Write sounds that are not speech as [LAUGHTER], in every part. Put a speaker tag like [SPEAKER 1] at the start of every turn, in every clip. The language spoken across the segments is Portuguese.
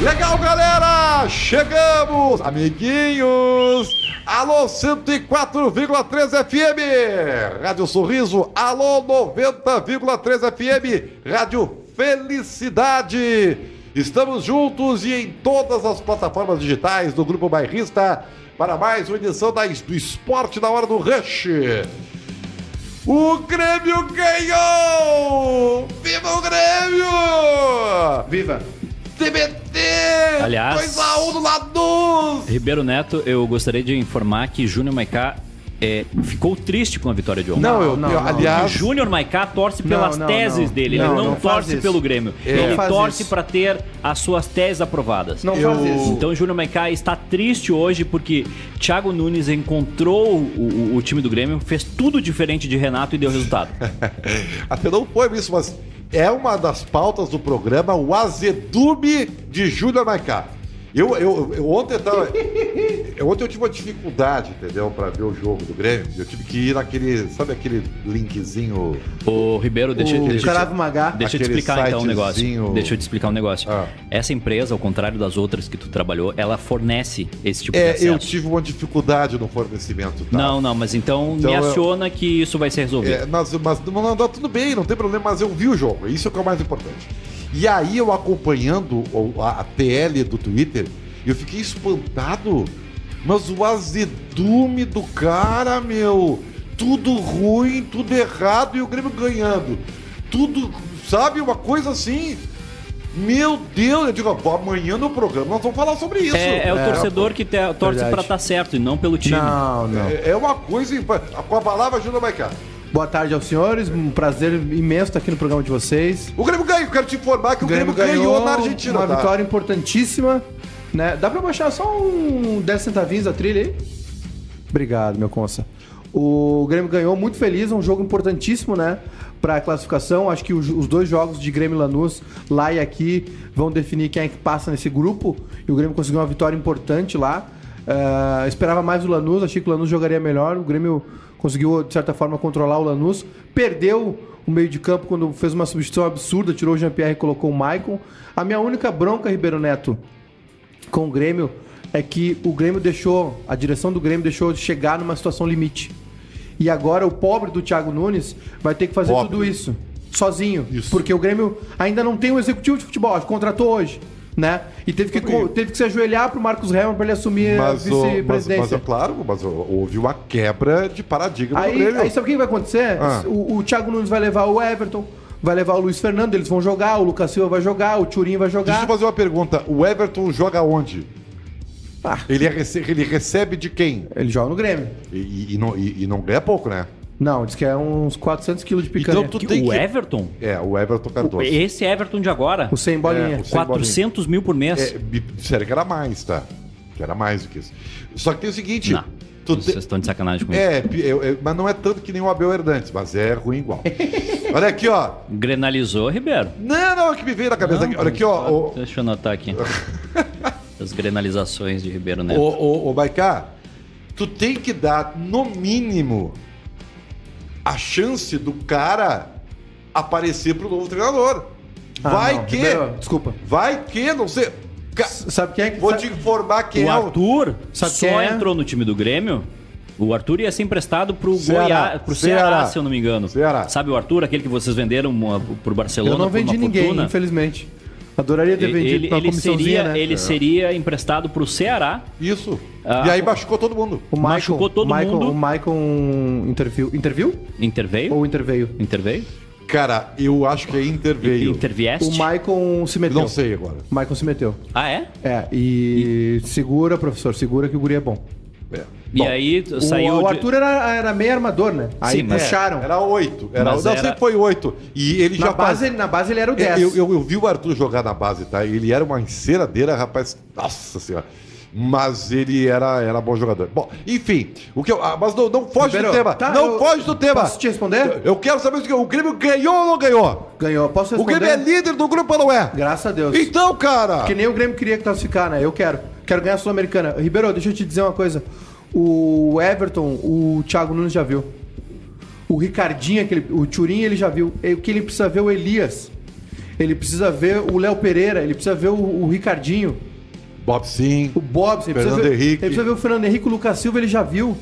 [SPEAKER 1] Legal, galera! Chegamos, amiguinhos! Alô 104,3 FM, Rádio Sorriso, alô 90,3 FM, Rádio Felicidade. Estamos juntos e em todas as plataformas digitais do Grupo Bairrista para mais uma edição da, do Esporte na Hora do Rush. O Grêmio ganhou! Viva o Grêmio!
[SPEAKER 2] Viva!
[SPEAKER 1] TBT!
[SPEAKER 3] Aliás-
[SPEAKER 1] 2x1 do Laduz!
[SPEAKER 3] Ribeiro Neto, eu gostaria de informar que Júnior Maicá é, ficou triste com a vitória de ontem.
[SPEAKER 1] Não, eu,
[SPEAKER 2] não,
[SPEAKER 1] eu-
[SPEAKER 2] não.
[SPEAKER 1] aliás,
[SPEAKER 3] Júnior Maicá torce pelas
[SPEAKER 2] não,
[SPEAKER 3] teses
[SPEAKER 2] não.
[SPEAKER 3] dele,
[SPEAKER 2] Não,
[SPEAKER 3] ele não,
[SPEAKER 2] não faz
[SPEAKER 3] torce
[SPEAKER 2] isso.
[SPEAKER 3] pelo Grêmio.
[SPEAKER 2] Não
[SPEAKER 3] Ele
[SPEAKER 2] faz
[SPEAKER 3] torce
[SPEAKER 2] isso.
[SPEAKER 3] para ter as suas teses aprovadas.
[SPEAKER 2] Não
[SPEAKER 1] Eu-
[SPEAKER 2] faz isso.
[SPEAKER 3] Então o Júnior Maicá está triste hoje porque Thiago Nunes encontrou o, o- o time do Grêmio, fez tudo diferente de Renato e
[SPEAKER 2] [LAUGHS]
[SPEAKER 3] deu resultado.
[SPEAKER 1] [LAUGHS] até não foi isso, mas é uma das pautas do programa, o azedume de Júlia Maicá. Eu, eu, eu ontem eu tava, eu- ontem eu tive uma dificuldade, entendeu, para ver o jogo do Grêmio. Eu tive que ir naquele, sabe aquele linkzinho
[SPEAKER 3] Ô Ribeiro, deixa, eu
[SPEAKER 2] O
[SPEAKER 3] deixa, eu te-
[SPEAKER 2] Caravo Magá.
[SPEAKER 3] Deixa eu te
[SPEAKER 1] Aquele
[SPEAKER 3] explicar então um negócio.
[SPEAKER 1] sitezinho-
[SPEAKER 3] Deixa eu te explicar um negócio.
[SPEAKER 1] Ah.
[SPEAKER 3] Essa empresa, ao contrário das outras que tu trabalhou, ela fornece esse tipo de
[SPEAKER 1] É, eu
[SPEAKER 3] acesso.
[SPEAKER 1] tive uma dificuldade no fornecimento. Tá?
[SPEAKER 3] Não, não, mas então,
[SPEAKER 1] Então
[SPEAKER 3] me
[SPEAKER 1] eu-
[SPEAKER 3] aciona que isso vai ser resolvido.
[SPEAKER 1] É, mas mas não, não, não, tudo bem, não tem problema, mas eu vi o jogo, isso é o que é o mais importante. E aí eu acompanhando o- a, a TL do Twitter, eu fiquei espantado, mas o azedume do cara, meu, tudo ruim, tudo errado e o Grêmio ganhando. Tudo, sabe, uma coisa assim. Meu Deus, eu digo, ó, amanhã no programa nós vamos falar sobre isso.
[SPEAKER 3] É, é o torcedor que te- torce
[SPEAKER 2] Verdade.
[SPEAKER 3] pra estar certo e não pelo time.
[SPEAKER 2] Não, não.
[SPEAKER 1] É, é uma coisa, impa- com a palavra ajuda vai cá.
[SPEAKER 2] Boa tarde aos senhores. Um prazer imenso estar aqui no programa de vocês.
[SPEAKER 1] O Grêmio ganhou, quero te informar que o Grêmio, ganhou, na Argentina.
[SPEAKER 2] Uma
[SPEAKER 1] tá?
[SPEAKER 2] vitória importantíssima. Né? Dá pra baixar só um 10 centavinhos da trilha aí? Obrigado, meu consa. O Grêmio ganhou, muito feliz, um jogo importantíssimo, né? Pra classificação. Acho que os os dois jogos de Grêmio e Lanús, lá e aqui, vão definir quem é que passa nesse grupo. E o Grêmio conseguiu uma vitória importante lá. Ah, esperava mais o Lanús, achei que o Lanús jogaria melhor. O Grêmio conseguiu, de certa forma, controlar o Lanús. Perdeu o meio de campo quando fez uma substituição absurda, tirou o Jean-Pierre e colocou o Maicon. A minha única bronca, Ribeiro Neto, com o Grêmio é que o Grêmio deixou, a direção do Grêmio deixou de chegar numa situação limite. E agora o pobre do Thiago Nunes vai ter que fazer
[SPEAKER 1] Pobre.
[SPEAKER 2] tudo isso sozinho, porque o Grêmio ainda não tem um executivo de futebol, acho que contratou hoje, né? E teve que, co- teve que se ajoelhar pro Marcos Herman para ele assumir
[SPEAKER 1] Mas,
[SPEAKER 2] a
[SPEAKER 1] o- mas, mas é
[SPEAKER 2] vice-presidência.
[SPEAKER 1] claro, mas o- houve uma quebra de paradigma do
[SPEAKER 2] Aí,
[SPEAKER 1] Grêmio.
[SPEAKER 2] aí sabe o que vai acontecer?
[SPEAKER 1] Ah.
[SPEAKER 2] O, o Thiago Nunes vai levar o Everton, vai levar o Luiz Fernando, eles vão jogar, o Lucas Silva vai jogar, o Turim vai
[SPEAKER 1] Deixa
[SPEAKER 2] jogar.
[SPEAKER 1] eu fazer uma pergunta. O Everton joga onde?
[SPEAKER 2] Ah.
[SPEAKER 1] Ele, é rece- ele recebe de quem?
[SPEAKER 2] Ele joga no Grêmio.
[SPEAKER 1] E, e- e não, e- e não ganha pouco, né?
[SPEAKER 2] Não, diz que é uns 400 quilos de picanha.
[SPEAKER 1] Então tu-
[SPEAKER 3] Que
[SPEAKER 1] tem
[SPEAKER 3] o
[SPEAKER 1] que-
[SPEAKER 3] Everton?
[SPEAKER 1] É, o Everton Cardoso.
[SPEAKER 3] Esse Everton de agora?
[SPEAKER 2] O 100 bolinha.
[SPEAKER 1] É, o 100
[SPEAKER 3] 400 mil por mês.
[SPEAKER 1] É, me disseram que era mais, tá? Que era mais do que isso. Só que tem o seguinte.
[SPEAKER 3] Não.
[SPEAKER 1] tu te-
[SPEAKER 3] Vocês estão de sacanagem comigo.
[SPEAKER 1] É, pi- eu- eu- mas não é tanto que nem o Abel Hernandes, mas é ruim igual.
[SPEAKER 3] [LAUGHS]
[SPEAKER 1] Olha aqui, ó.
[SPEAKER 3] Grenalizou, Ribeiro.
[SPEAKER 1] Não, não, é que me veio na cabeça. aqui. Olha aqui, ó. o-
[SPEAKER 3] Deixa eu
[SPEAKER 1] [LAUGHS]
[SPEAKER 3] anotar aqui. As grenalizações de Ribeiro Neto.
[SPEAKER 1] Ô, ô, ô Baiká, tu tem que dar, no mínimo, a chance do cara aparecer pro novo treinador.
[SPEAKER 2] Ah,
[SPEAKER 1] vai
[SPEAKER 2] não,
[SPEAKER 1] que.
[SPEAKER 2] Ribeiro, desculpa.
[SPEAKER 1] Vai que, não sei. Ca-
[SPEAKER 2] Sabe quem é que.
[SPEAKER 1] Vou te
[SPEAKER 2] sabe-
[SPEAKER 1] informar quem
[SPEAKER 3] o
[SPEAKER 1] é o.
[SPEAKER 3] Arthur
[SPEAKER 2] Sabe
[SPEAKER 3] só
[SPEAKER 2] quem é?
[SPEAKER 3] entrou no time do Grêmio. O Arthur ia ser emprestado pro
[SPEAKER 1] Ceará.
[SPEAKER 3] Goiás, pro Ceará,
[SPEAKER 1] Ceará.
[SPEAKER 3] se eu não me engano.
[SPEAKER 1] Ceará.
[SPEAKER 3] Sabe o Arthur, aquele que vocês venderam uma, pro Barcelona
[SPEAKER 2] Eu não
[SPEAKER 3] por uma
[SPEAKER 2] vendi ninguém,
[SPEAKER 3] fortuna?
[SPEAKER 2] infelizmente. Adoraria ter vendido
[SPEAKER 3] Ele,
[SPEAKER 2] pra uma
[SPEAKER 3] ele
[SPEAKER 2] comissãozinha,
[SPEAKER 3] seria,
[SPEAKER 2] né?
[SPEAKER 3] ele seria emprestado pro Ceará.
[SPEAKER 1] Isso.
[SPEAKER 3] Ah,
[SPEAKER 1] e aí machucou todo mundo.
[SPEAKER 2] O
[SPEAKER 3] machucou todo
[SPEAKER 2] Michael,
[SPEAKER 3] mundo.
[SPEAKER 2] O Michael interviu. Interviu?
[SPEAKER 3] Interveio?
[SPEAKER 2] Ou interveio?
[SPEAKER 3] Interveio?
[SPEAKER 1] Cara, eu acho que interveio.
[SPEAKER 3] Intervieste?
[SPEAKER 2] O Michael se meteu.
[SPEAKER 1] Não sei agora.
[SPEAKER 2] O Michael se meteu.
[SPEAKER 3] Ah, é?
[SPEAKER 2] É, e, segura, professor, segura que o guri é bom.
[SPEAKER 1] É.
[SPEAKER 3] E aí
[SPEAKER 2] O,
[SPEAKER 3] saiu.
[SPEAKER 2] o
[SPEAKER 3] de-
[SPEAKER 2] Arthur era, era meio armador, né? Aí
[SPEAKER 3] Sim, mas-
[SPEAKER 2] puxaram.
[SPEAKER 1] Era oito. Era, não,
[SPEAKER 3] Mas era-
[SPEAKER 1] sempre foi oito. E ele
[SPEAKER 2] na,
[SPEAKER 1] já
[SPEAKER 2] base,
[SPEAKER 1] faz-
[SPEAKER 2] ele- na base ele era o 10.
[SPEAKER 1] É, Eu, eu, eu vi o Arthur jogar na base, tá? Ele era uma enceradeira, rapaz. Nossa senhora. Mas ele era, era bom jogador. Bom, enfim, o que eu, ah, mas não, não foge
[SPEAKER 2] Ribeiro,
[SPEAKER 1] do tema.
[SPEAKER 2] tá,
[SPEAKER 1] não
[SPEAKER 2] eu-
[SPEAKER 1] foge do tema.
[SPEAKER 2] posso te responder?
[SPEAKER 1] Eu quero saber se o Grêmio ganhou ou não ganhou.
[SPEAKER 2] Ganhou. Posso
[SPEAKER 1] O
[SPEAKER 2] responder?
[SPEAKER 1] Grêmio é líder do grupo ou não é?
[SPEAKER 2] Graças a Deus.
[SPEAKER 1] Então, cara.
[SPEAKER 2] Que nem o Grêmio queria classificar, né? Eu quero. Quero ganhar a Sul-Americana. Ribeiro, deixa eu te dizer uma coisa. O Everton, o Thiago Nunes já viu. O Ricardinho, aquele, o Turim, ele já viu. E O que ele precisa ver é o Elias. Ele precisa ver o Léo Pereira, ele precisa ver o, o Ricardinho,
[SPEAKER 1] Bob Sim.
[SPEAKER 2] o Bobson, ele, precisa
[SPEAKER 1] Fernando
[SPEAKER 2] ver-
[SPEAKER 1] Henrique.
[SPEAKER 2] ele precisa ver o Fernando Henrique, o Lucas Silva, ele já viu.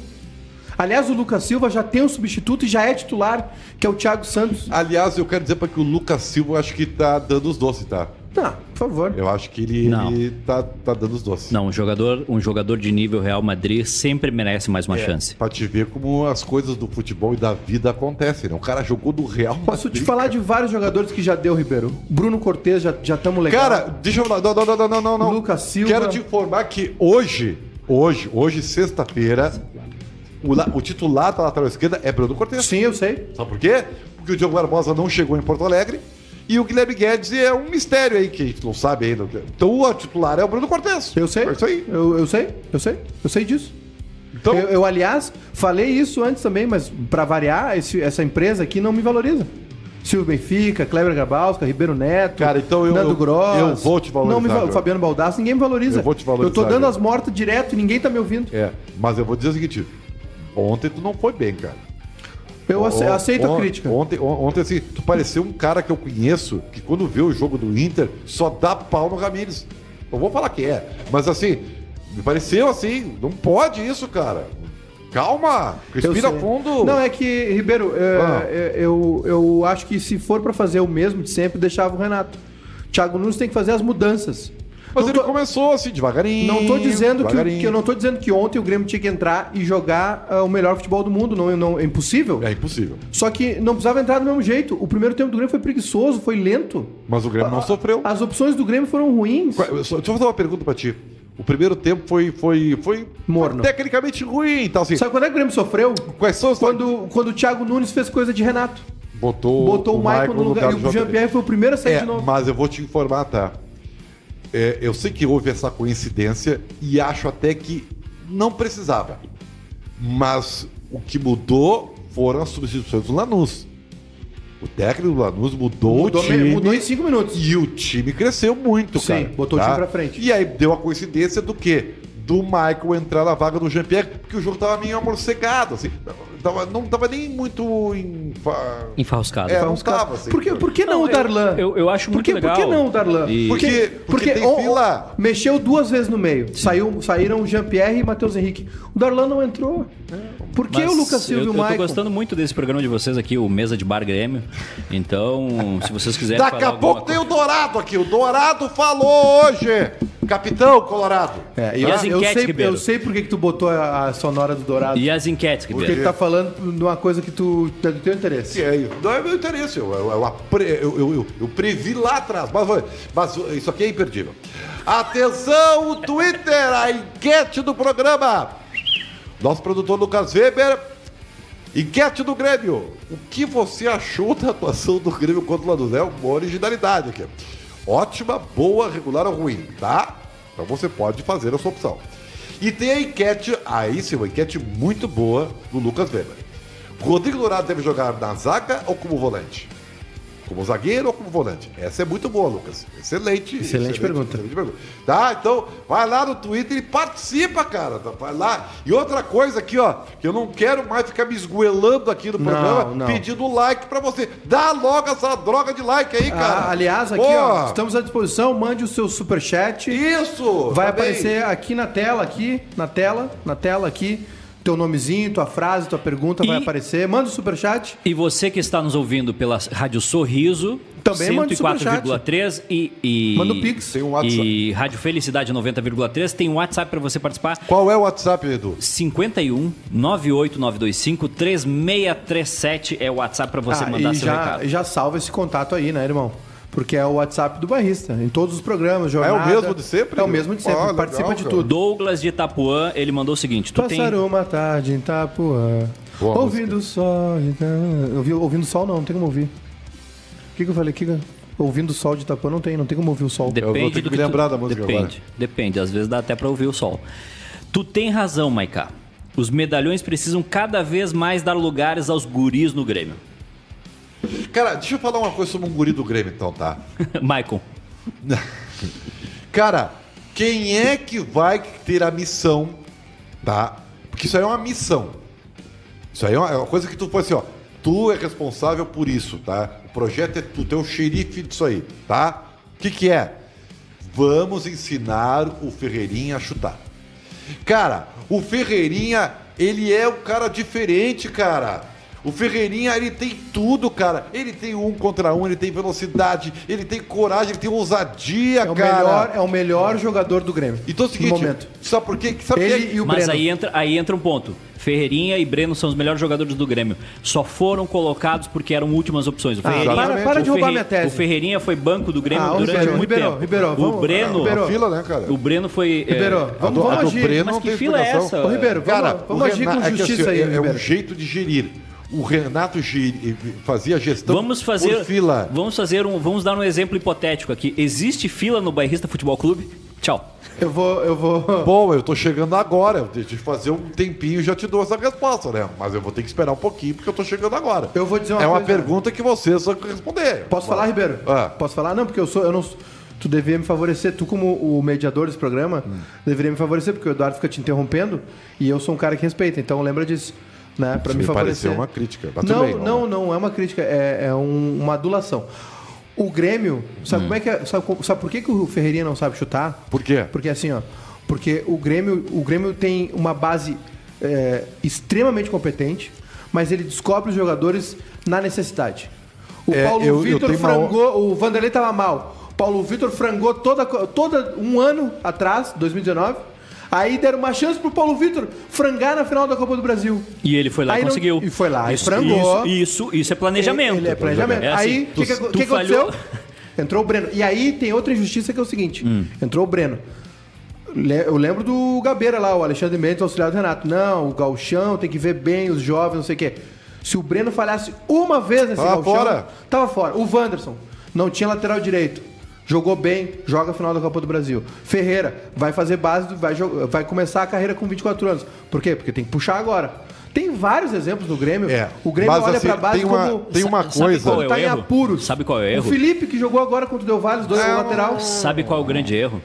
[SPEAKER 2] Aliás, o Lucas Silva já tem um substituto e já é titular, que é o Thiago Santos.
[SPEAKER 1] Aliás, eu quero dizer pra que o Lucas Silva eu acho que tá dando os doces, tá?
[SPEAKER 2] Não, por favor.
[SPEAKER 1] Eu acho que ele,
[SPEAKER 3] Não.
[SPEAKER 1] ele tá, tá dando os doces.
[SPEAKER 3] Não, um jogador, um jogador de nível Real Madrid sempre merece mais
[SPEAKER 2] É.
[SPEAKER 3] uma chance.
[SPEAKER 1] Pra te ver como as coisas do futebol e da vida acontecem, né? O cara jogou do Real
[SPEAKER 2] Posso te
[SPEAKER 1] Madrid.
[SPEAKER 2] falar de vários jogadores que já deu, Ribeiro. Bruno Cortez, já estamos legal.
[SPEAKER 1] Cara, deixa eu falar. Não, não, não, não, não, não.
[SPEAKER 2] Lucas Silva.
[SPEAKER 1] Quero te informar que hoje, hoje, hoje, sexta-feira, o, la- o titular da lateral esquerda é Bruno Cortes.
[SPEAKER 2] sim, eu sei.
[SPEAKER 1] Sabe por quê? Porque o Diogo Barbosa não chegou em Porto Alegre e o Guilherme Guedes é um mistério aí que a gente não sabe ainda. Então o titular é o Bruno Cortes.
[SPEAKER 2] Eu sei.
[SPEAKER 1] É isso aí.
[SPEAKER 2] Eu, eu sei, eu sei, eu sei disso.
[SPEAKER 1] Então,
[SPEAKER 2] eu, eu, aliás, falei isso antes também, mas pra variar, esse- essa empresa aqui não me valoriza. Silvio Benfica, Kleber Grabalska, Ribeiro Neto,
[SPEAKER 1] Cara, então eu-
[SPEAKER 2] Nando
[SPEAKER 1] eu-
[SPEAKER 2] Gross.
[SPEAKER 1] eu vou te valorizar,
[SPEAKER 2] Não me val-
[SPEAKER 1] João.
[SPEAKER 2] Fabiano Baldasso, ninguém me valoriza.
[SPEAKER 1] Eu vou te valorizar,
[SPEAKER 2] Eu tô dando
[SPEAKER 1] João.
[SPEAKER 2] as mortas direto e ninguém tá me ouvindo.
[SPEAKER 1] é, mas eu vou dizer o seguinte: ontem tu não foi bem, cara.
[SPEAKER 2] Eu ace-
[SPEAKER 1] On-
[SPEAKER 2] aceito
[SPEAKER 1] on-
[SPEAKER 2] a crítica.
[SPEAKER 1] Ontem, on- ontem, assim, tu pareceu um cara que eu conheço, que quando vê o jogo do Inter, só dá pau no Ramires. Não vou falar que é, mas assim, me pareceu assim, não pode isso, cara. Calma,
[SPEAKER 2] Eu
[SPEAKER 1] respira
[SPEAKER 2] sei.
[SPEAKER 1] fundo.
[SPEAKER 2] Não, é que, Ribeiro, é,
[SPEAKER 1] Ah.
[SPEAKER 2] é, eu, eu acho que se for pra fazer o mesmo de sempre, deixava o Renato. Thiago Nunes tem que fazer as mudanças.
[SPEAKER 1] mas
[SPEAKER 2] não,
[SPEAKER 1] ele
[SPEAKER 2] tô,
[SPEAKER 1] começou assim, devagarinho.
[SPEAKER 2] não tô dizendo que,
[SPEAKER 1] devagarinho.
[SPEAKER 2] que eu não tô dizendo que ontem o Grêmio tinha que entrar e jogar ah, o melhor futebol do mundo. Não, não- é impossível.
[SPEAKER 1] É impossível.
[SPEAKER 2] Só que não precisava entrar do mesmo jeito. O primeiro tempo do Grêmio foi preguiçoso, foi lento.
[SPEAKER 1] Mas o Grêmio não sofreu.
[SPEAKER 2] As opções do Grêmio foram ruins.
[SPEAKER 1] Qua- eu só- Deixa eu fazer uma pergunta pra ti. O primeiro tempo foi, foi, foi
[SPEAKER 2] Morno.
[SPEAKER 1] tecnicamente ruim e tal. Assim,
[SPEAKER 2] Sabe quando é que o Grêmio sofreu?
[SPEAKER 1] quais são os.
[SPEAKER 2] Quando, quando o Thiago Nunes fez coisa de Renato.
[SPEAKER 1] Botou,
[SPEAKER 2] Botou o, Michael no lugar,
[SPEAKER 1] do
[SPEAKER 2] e o
[SPEAKER 1] JP.
[SPEAKER 2] Jean-Pierre foi o primeiro a sair
[SPEAKER 1] É,
[SPEAKER 2] Tá de novo.
[SPEAKER 1] mas eu vou te informar, tá? É, eu sei que houve essa coincidência e acho até que não precisava. Mas o que mudou foram as substituições do Lanús. O técnico do Lanús mudou,
[SPEAKER 2] Mudou,
[SPEAKER 1] o time
[SPEAKER 2] mudou em cinco minutos.
[SPEAKER 1] e o time cresceu muito,
[SPEAKER 2] Sim,
[SPEAKER 1] cara. tá?
[SPEAKER 2] botou o time pra frente.
[SPEAKER 1] E aí deu a coincidência do quê? Do Michael entrar na vaga do Jean-Pierre, porque o jogo tava meio amorcegado, assim. Tava- não tava nem muito em... fa-
[SPEAKER 3] Enfauscado.
[SPEAKER 1] É,
[SPEAKER 2] Então,
[SPEAKER 1] não
[SPEAKER 2] os caras-
[SPEAKER 1] tava, assim.
[SPEAKER 2] por, que, por que não, o Darlan?
[SPEAKER 3] Eu, eu acho
[SPEAKER 2] por,
[SPEAKER 3] muito
[SPEAKER 2] que,
[SPEAKER 3] legal.
[SPEAKER 2] por que não o Darlan?
[SPEAKER 3] E-
[SPEAKER 1] Por que- Porque- porque tem
[SPEAKER 2] o- o-
[SPEAKER 1] fila.
[SPEAKER 2] mexeu duas vezes no meio. Saiu, saíram o Jean-Pierre e Matheus Henrique. O Darlan não entrou. Por que
[SPEAKER 3] Mas
[SPEAKER 2] o Lucas Silva e
[SPEAKER 3] eu,
[SPEAKER 2] o
[SPEAKER 3] eu
[SPEAKER 2] Michael?
[SPEAKER 3] tô gostando muito desse programa de vocês aqui, o Mesa de Bar Grêmio. Então, se vocês quiserem
[SPEAKER 1] Daqui a
[SPEAKER 3] falar
[SPEAKER 1] pouco tem o Dourado aqui. O Dourado falou hoje. Capitão Colorado.
[SPEAKER 2] É,
[SPEAKER 3] E
[SPEAKER 2] eu,
[SPEAKER 3] as
[SPEAKER 2] eu
[SPEAKER 3] enquetes,
[SPEAKER 2] sei,
[SPEAKER 3] Ribeiro?
[SPEAKER 2] eu sei por que que tu botou a, a sonora do Dourado.
[SPEAKER 3] E as enquetes,
[SPEAKER 2] Porque
[SPEAKER 3] Ribeiro?
[SPEAKER 2] ele tá falando de uma coisa que tu é do teu
[SPEAKER 1] Que
[SPEAKER 2] interesse.
[SPEAKER 1] é isso. Não é meu interesse. Eu, eu, eu, apre- eu- eu- eu- eu previ lá atrás. Mas, foi- mas isso aqui é imperdível. Atenção, o Twitter, a enquete do programa. Nosso produtor Lucas Weber. Enquete do Grêmio. O que você achou da atuação do Grêmio contra o Lanús? É uma originalidade aqui. Ótima, boa, regular ou ruim, tá? Então você pode fazer a sua opção. E tem a enquete, aí sim, uma enquete muito boa do Lucas Weber. Rodrigo Dourado deve jogar na zaga ou como volante? Como zagueiro ou como volante? Essa é muito boa, Lucas. Excelente. Excelente,
[SPEAKER 2] pergunta.
[SPEAKER 1] excelente pergunta. Tá, então vai lá no Twitter e participa, cara. Tá, Vai lá. E outra coisa aqui, ó, que eu não quero mais ficar me esgoelando aqui no
[SPEAKER 2] Não,
[SPEAKER 1] programa,
[SPEAKER 2] não.
[SPEAKER 1] pedindo like pra você. Dá logo essa droga de like aí, cara.
[SPEAKER 2] Ah, aliás, aqui,
[SPEAKER 1] Porra,
[SPEAKER 2] ó, estamos à disposição. Mande o seu superchat.
[SPEAKER 1] Isso!
[SPEAKER 2] Vai
[SPEAKER 1] tá bem.
[SPEAKER 2] aparecer aqui na tela, aqui, na tela, na tela aqui, teu nomezinho, tua frase, tua pergunta vai
[SPEAKER 3] E-
[SPEAKER 2] aparecer. Manda o superchat.
[SPEAKER 3] E você que está nos ouvindo pela Rádio Sorriso,
[SPEAKER 2] Também manda o
[SPEAKER 3] 104,3 e, e.
[SPEAKER 2] Manda o Pix.
[SPEAKER 1] Tem um WhatsApp.
[SPEAKER 3] E Rádio Felicidade 90,3 tem um WhatsApp para você participar.
[SPEAKER 1] Qual é o WhatsApp, Edu?
[SPEAKER 3] 51 98925 3637 é o WhatsApp para você
[SPEAKER 2] Ah,
[SPEAKER 3] mandar
[SPEAKER 2] e
[SPEAKER 3] seu
[SPEAKER 2] já,
[SPEAKER 3] recado.
[SPEAKER 2] e já salva esse contato aí, né, irmão? Porque é o WhatsApp do barrista, em todos os programas, jornada.
[SPEAKER 1] É mesmo de sempre?
[SPEAKER 2] É o mesmo de sempre,
[SPEAKER 1] Ah, legal,
[SPEAKER 2] participa de
[SPEAKER 1] cara.
[SPEAKER 2] tudo.
[SPEAKER 3] Douglas de Itapuã, ele mandou o seguinte: tu tem.
[SPEAKER 2] Passar uma tarde em Itapuã,
[SPEAKER 1] Boa
[SPEAKER 2] ouvindo o sol. de Itapuã. Ouvi- Ouvindo o sol não, não tem como ouvir. O que, que eu falei? O Que que eu- Ouvindo o sol de Itapuã não tem, não tem como ouvir o sol.
[SPEAKER 1] vou ter
[SPEAKER 3] Depende
[SPEAKER 1] que
[SPEAKER 3] do
[SPEAKER 1] me
[SPEAKER 3] que tu-
[SPEAKER 1] lembrar da música
[SPEAKER 3] Depende,
[SPEAKER 1] agora.
[SPEAKER 3] depende. Às vezes dá até pra ouvir o sol. Tu tem razão, Maiká. Os medalhões precisam cada vez mais dar lugares aos guris no Grêmio. [LAUGHS]
[SPEAKER 1] Cara, deixa eu falar uma coisa sobre um guri do Grêmio, então, tá?
[SPEAKER 3] Maicon.
[SPEAKER 1] Cara, quem é que vai ter a missão, tá? Porque isso aí é uma missão. Isso aí é uma, é uma coisa que tu foi assim, ó. Tu é responsável por isso, tá? O projeto é tu, tu é o xerife disso aí, tá? O que, que é? Vamos ensinar o Ferreirinha a chutar. Cara, o Ferreirinha, ele é um cara diferente, cara. O Ferreirinha, ele tem tudo, cara. Ele tem um contra um, ele tem velocidade, ele tem coragem, ele tem ousadia,
[SPEAKER 2] É o,
[SPEAKER 1] cara.
[SPEAKER 2] melhor, é o melhor jogador do Grêmio.
[SPEAKER 1] Então é o seguinte,
[SPEAKER 2] No momento.
[SPEAKER 1] sabe por quê? Sabe por quê?
[SPEAKER 2] Ele e o
[SPEAKER 3] Mas
[SPEAKER 2] Breno.
[SPEAKER 3] aí entra, aí entra um ponto. Ferreirinha e Breno são os melhores jogadores do Grêmio. Só foram colocados porque eram últimas opções. O Ferreirinha,
[SPEAKER 2] Ah, para- para
[SPEAKER 3] o
[SPEAKER 2] de roubar
[SPEAKER 3] Ferre-
[SPEAKER 2] minha tese.
[SPEAKER 3] O Ferreirinha foi banco do Grêmio
[SPEAKER 2] Ah, o
[SPEAKER 3] durante
[SPEAKER 2] Ribeiro,
[SPEAKER 3] muito
[SPEAKER 2] Ribeiro,
[SPEAKER 3] tempo.
[SPEAKER 2] Ribeiro, vamos-
[SPEAKER 3] o Breno,
[SPEAKER 2] Ribeiro.
[SPEAKER 1] A fila, né, cara?
[SPEAKER 3] o Breno foi é,
[SPEAKER 2] Ribeiro,
[SPEAKER 1] a
[SPEAKER 2] vamos,
[SPEAKER 1] do, a
[SPEAKER 2] vamos
[SPEAKER 1] do
[SPEAKER 2] agir.
[SPEAKER 1] Breno
[SPEAKER 3] mas
[SPEAKER 1] não
[SPEAKER 3] que
[SPEAKER 1] tem
[SPEAKER 3] fila é
[SPEAKER 1] explicação.
[SPEAKER 3] essa?
[SPEAKER 2] Ô, Ribeiro, vamos,
[SPEAKER 1] Cara,
[SPEAKER 2] vamos
[SPEAKER 1] o
[SPEAKER 2] agir
[SPEAKER 1] Renato- é
[SPEAKER 2] com
[SPEAKER 1] que
[SPEAKER 2] justiça
[SPEAKER 1] assim,
[SPEAKER 2] aí,
[SPEAKER 1] é- É
[SPEAKER 2] Ribeiro.
[SPEAKER 1] um jeito de gerir. O Renato geri- fazia gestão
[SPEAKER 2] Então,
[SPEAKER 3] Vamos fazer,
[SPEAKER 1] por fila.
[SPEAKER 3] vamos fazer um, vamos dar um exemplo hipotético aqui. Existe fila no Bairrista Futebol Clube? Tchau.
[SPEAKER 2] Eu vou, eu vou.
[SPEAKER 1] Bom, eu tô chegando agora. Deixa eu fazer um tempinho e já te dou essa resposta, né? Mas eu vou ter que esperar um pouquinho porque eu tô chegando agora.
[SPEAKER 2] Eu vou dizer uma
[SPEAKER 1] É uma
[SPEAKER 2] coisa.
[SPEAKER 1] pergunta que vocês vão responder.
[SPEAKER 2] Posso falar, Ribeiro?
[SPEAKER 1] Ah.
[SPEAKER 2] Posso falar? Não, porque eu sou. Eu não, sou- tu deveria me favorecer, tu como o mediador desse programa,
[SPEAKER 1] Hum.
[SPEAKER 2] deveria me favorecer, porque o Eduardo fica te interrompendo e eu sou um cara que respeita, então lembra disso. Né,
[SPEAKER 1] Isso
[SPEAKER 2] pra me
[SPEAKER 1] me
[SPEAKER 2] favorecer.
[SPEAKER 1] pareceu uma crítica, mas tudo
[SPEAKER 2] não,
[SPEAKER 1] bem, não
[SPEAKER 2] não, não, é uma crítica, é, é um- uma adulação. O Grêmio, sabe
[SPEAKER 1] Hum.
[SPEAKER 2] como é que é, sabe, co- sabe por que, que o Ferreirinha não sabe chutar?
[SPEAKER 1] Por quê?
[SPEAKER 2] Porque assim, ó, porque o Grêmio, o Grêmio tem uma base é, extremamente competente, mas ele descobre os jogadores na necessidade. O
[SPEAKER 1] É,
[SPEAKER 2] Paulo
[SPEAKER 1] eu- eu
[SPEAKER 2] Vitor
[SPEAKER 1] tenho uma o-
[SPEAKER 2] frangou, o Vanderlei tava mal. O Paulo Vitor frangou toda, co- toda um ano atrás, 2019. Aí deram uma chance pro Paulo Vitor frangar na final da Copa do Brasil.
[SPEAKER 3] E ele foi lá
[SPEAKER 2] Aí
[SPEAKER 3] e
[SPEAKER 2] não-
[SPEAKER 3] conseguiu.
[SPEAKER 2] e foi lá e
[SPEAKER 3] isso,
[SPEAKER 2] frangou.
[SPEAKER 3] Isso, isso, isso é planejamento.
[SPEAKER 2] Ele é planejamento.
[SPEAKER 3] É assim,
[SPEAKER 2] Aí, o que,
[SPEAKER 3] tu-
[SPEAKER 2] que,
[SPEAKER 3] tu
[SPEAKER 2] que
[SPEAKER 3] falhou-
[SPEAKER 2] aconteceu? Entrou o Breno. E aí tem outra injustiça que é o seguinte:
[SPEAKER 3] Hum.
[SPEAKER 2] entrou o Breno. Le- Eu lembro do Gabeira lá, o Alexandre Mendes, auxiliar do Renato. Não, o Galchão tem que ver bem os jovens, não sei o quê. Se o Breno falhasse uma vez nesse
[SPEAKER 1] Tava
[SPEAKER 2] Galchão,
[SPEAKER 1] fora.
[SPEAKER 2] tava fora. O Wanderson não tinha lateral direito. Jogou bem, joga a final da Copa do Brasil. Ferreira vai fazer base, vai, jo- vai começar a carreira com 24 anos. Por quê? Porque tem que puxar agora. Tem vários exemplos no Grêmio.
[SPEAKER 1] É,
[SPEAKER 2] O Grêmio
[SPEAKER 1] mas,
[SPEAKER 2] olha
[SPEAKER 1] assim,
[SPEAKER 2] pra base
[SPEAKER 1] tem uma-
[SPEAKER 2] como
[SPEAKER 1] tem uma
[SPEAKER 3] Sabe
[SPEAKER 1] coisa-
[SPEAKER 3] qual é o
[SPEAKER 2] tá em
[SPEAKER 3] erro?
[SPEAKER 2] apuros.
[SPEAKER 3] Sabe qual é o
[SPEAKER 2] O
[SPEAKER 3] erro?
[SPEAKER 2] Felipe, que jogou agora contra o Del Valle, os dois
[SPEAKER 1] Não.
[SPEAKER 2] no lateral.
[SPEAKER 3] Sabe qual é o grande erro?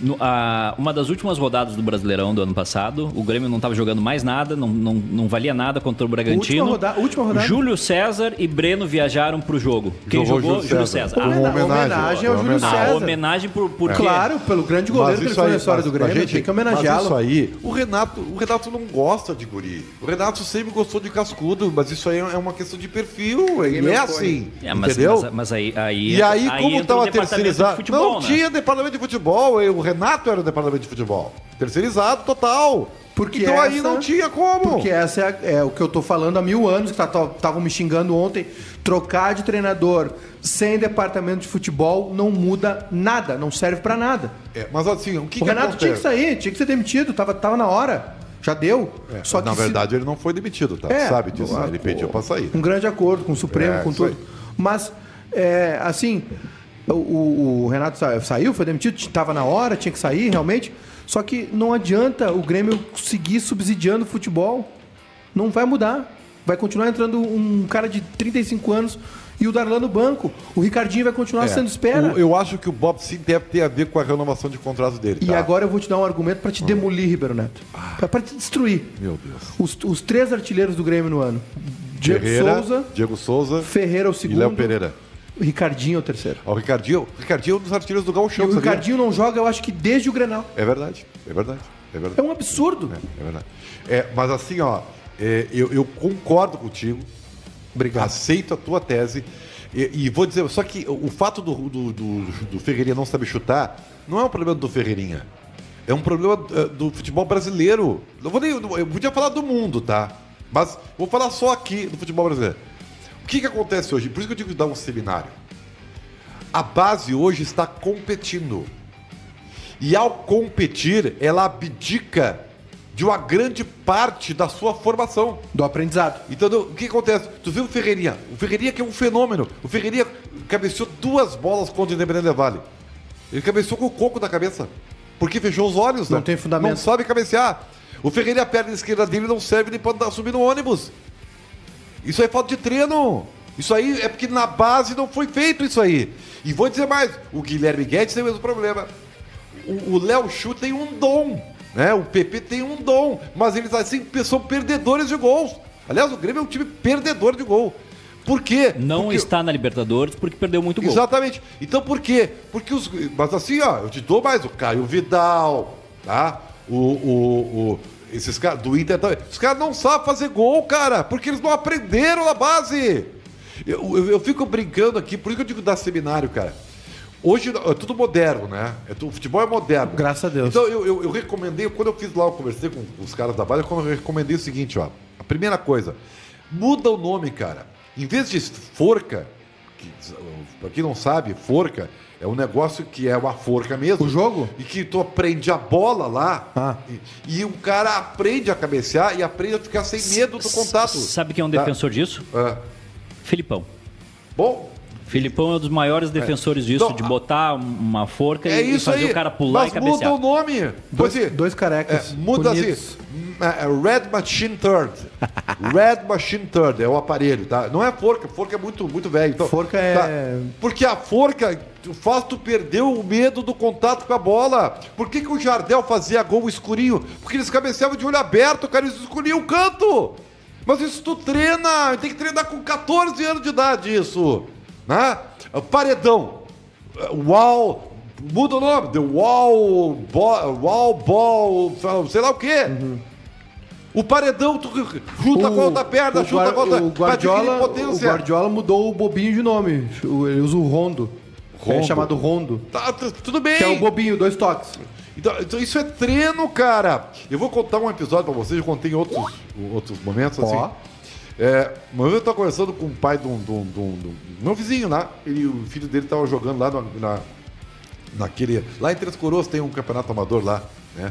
[SPEAKER 3] No- a- uma das últimas rodadas do Brasileirão do ano passado, o Grêmio não estava jogando mais nada, não, não, não valia nada contra o Bragantino.
[SPEAKER 2] roda- última rodada.
[SPEAKER 3] Júlio César e Breno viajaram pro jogo. Quem
[SPEAKER 1] Jogou
[SPEAKER 3] jogou?
[SPEAKER 1] Júlio
[SPEAKER 3] Júlio
[SPEAKER 1] César.
[SPEAKER 3] César.
[SPEAKER 1] Uma
[SPEAKER 2] Homena-
[SPEAKER 1] um homenagem,
[SPEAKER 2] ao
[SPEAKER 1] uma
[SPEAKER 2] Júlio
[SPEAKER 1] homenagem.
[SPEAKER 3] Ah, a
[SPEAKER 2] César. É.
[SPEAKER 3] homenagem por, por quê?
[SPEAKER 2] Claro, pelo grande goleiro que ele
[SPEAKER 1] isso
[SPEAKER 2] foi
[SPEAKER 1] aí,
[SPEAKER 2] na história
[SPEAKER 1] mas
[SPEAKER 2] do
[SPEAKER 1] a
[SPEAKER 2] Grêmio,
[SPEAKER 1] gente-
[SPEAKER 2] tem que
[SPEAKER 1] mas Isso
[SPEAKER 2] homenageá-lo.
[SPEAKER 1] aí, o Renato, o Renato não gosta de guri. O Renato sempre gostou de cascudo, mas isso aí é uma questão de perfil. Ele é assim.
[SPEAKER 3] É, mas,
[SPEAKER 1] entendeu?
[SPEAKER 3] Mas, mas aí, aí
[SPEAKER 1] E
[SPEAKER 3] entra-
[SPEAKER 1] aí, como
[SPEAKER 3] entra o
[SPEAKER 1] estava
[SPEAKER 3] departamento de
[SPEAKER 1] terceirizado.
[SPEAKER 3] futebol,
[SPEAKER 1] não
[SPEAKER 3] né?
[SPEAKER 1] tinha departamento de futebol, e o Renato era o departamento de futebol. Terceirizado total.
[SPEAKER 2] Porque
[SPEAKER 1] então aí
[SPEAKER 2] essa-
[SPEAKER 1] não tinha como.
[SPEAKER 2] Porque essa é, a- é o que eu tô falando há mil anos, que estavam me xingando ontem. Trocar de treinador sem departamento de futebol não muda nada, não serve pra nada.
[SPEAKER 1] É, mas assim, o que, que
[SPEAKER 2] o Renato tinha que
[SPEAKER 1] acontece?
[SPEAKER 2] sair, tinha que ser demitido, tava, tava na hora, já deu.
[SPEAKER 1] É, na
[SPEAKER 2] se-
[SPEAKER 1] verdade, ele não foi demitido, tá?
[SPEAKER 2] É,
[SPEAKER 1] Sabe disso, né?
[SPEAKER 2] a-
[SPEAKER 1] Ele pediu pra sair.
[SPEAKER 2] Um grande acordo com o Supremo,
[SPEAKER 1] É,
[SPEAKER 2] com
[SPEAKER 1] isso
[SPEAKER 2] tudo. Mas, é, assim, o, o- o Renato sa- saiu, foi demitido, estava na hora, tinha que sair, realmente. Só que não adianta o Grêmio seguir subsidiando o futebol. Não vai mudar. Vai continuar entrando um cara de 35 anos e o Darlan no banco. O Ricardinho vai continuar
[SPEAKER 1] É,
[SPEAKER 2] sendo espera.
[SPEAKER 1] o- eu acho que o Bob sim deve ter a ver com a renovação de contrato dele.
[SPEAKER 2] E
[SPEAKER 1] tá? Hum. Ah.
[SPEAKER 2] agora eu vou te dar um argumento para te demolir, Ribeiro Neto. Pra- Pra te destruir.
[SPEAKER 1] Meu Deus.
[SPEAKER 2] Os, os três artilheiros do Grêmio no ano. Diego
[SPEAKER 1] Ferreira,
[SPEAKER 2] Souza,
[SPEAKER 1] Diego Souza
[SPEAKER 2] Ferreira é o
[SPEAKER 1] e
[SPEAKER 2] segundo.
[SPEAKER 1] Léo Pereira.
[SPEAKER 2] O Ricardinho é o terceiro.
[SPEAKER 1] Ó, O Ricardinho, o Ricardinho é um dos artilheiros do
[SPEAKER 2] E
[SPEAKER 1] Gauchão,
[SPEAKER 2] o
[SPEAKER 1] sabia?
[SPEAKER 2] Ricardinho não joga, eu acho que desde o Grenal.
[SPEAKER 1] É verdade, é verdade, é verdade.
[SPEAKER 2] É um absurdo.
[SPEAKER 1] É, é verdade. É, mas assim, ó, é, eu, eu concordo contigo. Obrigado. Aceito a tua tese. E, e vou dizer, só que o o fato do, do, do, do Ferreirinha não saber chutar não é um problema do Ferreirinha. É um problema eh, do futebol brasileiro. Não vou nem, eu podia falar do mundo, tá? Mas vou falar só aqui do futebol brasileiro. O que, que acontece hoje? Por isso que eu digo dar um seminário. A base hoje está competindo. E ao competir, ela abdica de uma grande parte da sua formação.
[SPEAKER 2] Do aprendizado.
[SPEAKER 1] Então, o que acontece? Tu viu o Ferreirinha? O Ferreirinha que é um fenômeno. O Ferreirinha cabeceou duas bolas contra o Independente Del Vale. Ele cabeceou com o coco da cabeça. Porque fechou os olhos,
[SPEAKER 2] Não
[SPEAKER 1] né?
[SPEAKER 2] tem fundamento.
[SPEAKER 1] Não sabe cabecear. O Ferreirinha, a perna esquerda dele não serve nem pra andar- subir no ônibus. Isso aí é falta de treino. Isso aí é porque na base não foi feito isso aí. E vou dizer mais, o Guilherme Guedes tem o mesmo problema. O o Léo Chu tem um dom, né? O PP tem um dom, mas eles assim são perdedores de gols. Aliás, o Grêmio é um time perdedor de gol. Por quê?
[SPEAKER 3] Não
[SPEAKER 1] Porque-
[SPEAKER 3] está na Libertadores porque perdeu muito gol.
[SPEAKER 1] Exatamente. Então por quê? Porque os. Mas assim, ó, eu te dou mais o Caio Vidal, tá? O. o, o- esses caras do Inter também. Os caras não sabem fazer gol, cara, porque eles não aprenderam na base. Eu, eu, eu fico brincando aqui, por isso que eu digo dar seminário, cara. Hoje é tudo moderno, né? É tu- o futebol é moderno.
[SPEAKER 2] Graças a Deus.
[SPEAKER 1] Então eu, eu, eu recomendei, quando eu fiz lá, eu conversei com os caras da Vale, eu recomendei o seguinte, ó. A primeira coisa, muda o nome, cara. Em vez de forca, que, pra quem não sabe, forca é um negócio que é uma forca mesmo.
[SPEAKER 2] O jogo?
[SPEAKER 1] E que tu aprende a bola lá
[SPEAKER 2] Ah.
[SPEAKER 1] e, e o cara aprende a cabecear e aprende a ficar sem medo do contato.
[SPEAKER 3] Sabe quem é um
[SPEAKER 1] Tá?
[SPEAKER 3] defensor disso?
[SPEAKER 1] É.
[SPEAKER 3] Filipão.
[SPEAKER 1] Bom,
[SPEAKER 3] Filipão é um dos maiores defensores disso,
[SPEAKER 1] Não,
[SPEAKER 3] de
[SPEAKER 1] a-
[SPEAKER 3] botar uma forca
[SPEAKER 1] Então, é
[SPEAKER 3] e- e
[SPEAKER 1] isso
[SPEAKER 3] fazer
[SPEAKER 1] aí.
[SPEAKER 3] o cara pular
[SPEAKER 1] Mas
[SPEAKER 3] e
[SPEAKER 1] muda
[SPEAKER 3] cabecear.
[SPEAKER 1] o nome.
[SPEAKER 2] Dois,
[SPEAKER 1] Pois é.
[SPEAKER 2] dois carecas.
[SPEAKER 1] É, muda
[SPEAKER 2] bonitos.
[SPEAKER 1] assim. hum, é, é Red Machine
[SPEAKER 2] [LAUGHS]
[SPEAKER 1] Third. Red Machine Third é o aparelho, tá? Não é forca, forca é muito, muito velho. Então,
[SPEAKER 2] Forca é-
[SPEAKER 1] tá? Porque a forca tu- faz tu perder o medo do contato com a bola. Por que, que o Jardel fazia gol escurinho? Porque eles cabeceavam de olho aberto, cara, eles escuriam o canto. Mas isso tu treina, tem que treinar com 14 anos de idade isso, né? Paredão. Ah, Wall, muda o nome, The Wall, Ball, Wall Ball, sei lá o quê.
[SPEAKER 2] Uhum.
[SPEAKER 1] O paredão, tu chuta com a outra perna,
[SPEAKER 2] o
[SPEAKER 1] chuta
[SPEAKER 2] Guar-
[SPEAKER 1] com a outra...
[SPEAKER 2] O
[SPEAKER 1] pra adquirir
[SPEAKER 2] Guardiola, o
[SPEAKER 1] potência.
[SPEAKER 2] Guardiola mudou o bobinho de nome. O- Ele usa o Rondo. É
[SPEAKER 1] Rondo.
[SPEAKER 2] chamado Rondo.
[SPEAKER 1] Tá, tu- tudo bem.
[SPEAKER 2] Que é o bobinho, dois toques.
[SPEAKER 1] Então, então isso é treino, cara. Eu vou contar um episódio pra vocês, eu contei em outros, outros momentos, assim.
[SPEAKER 2] Ó.
[SPEAKER 1] É, uma vez eu tava conversando com o pai de um, de um- de um- de um- meu vizinho lá. Ele, o filho dele tava jogando lá na, na- naquele. Lá em Três Coroas tem um campeonato amador lá, né?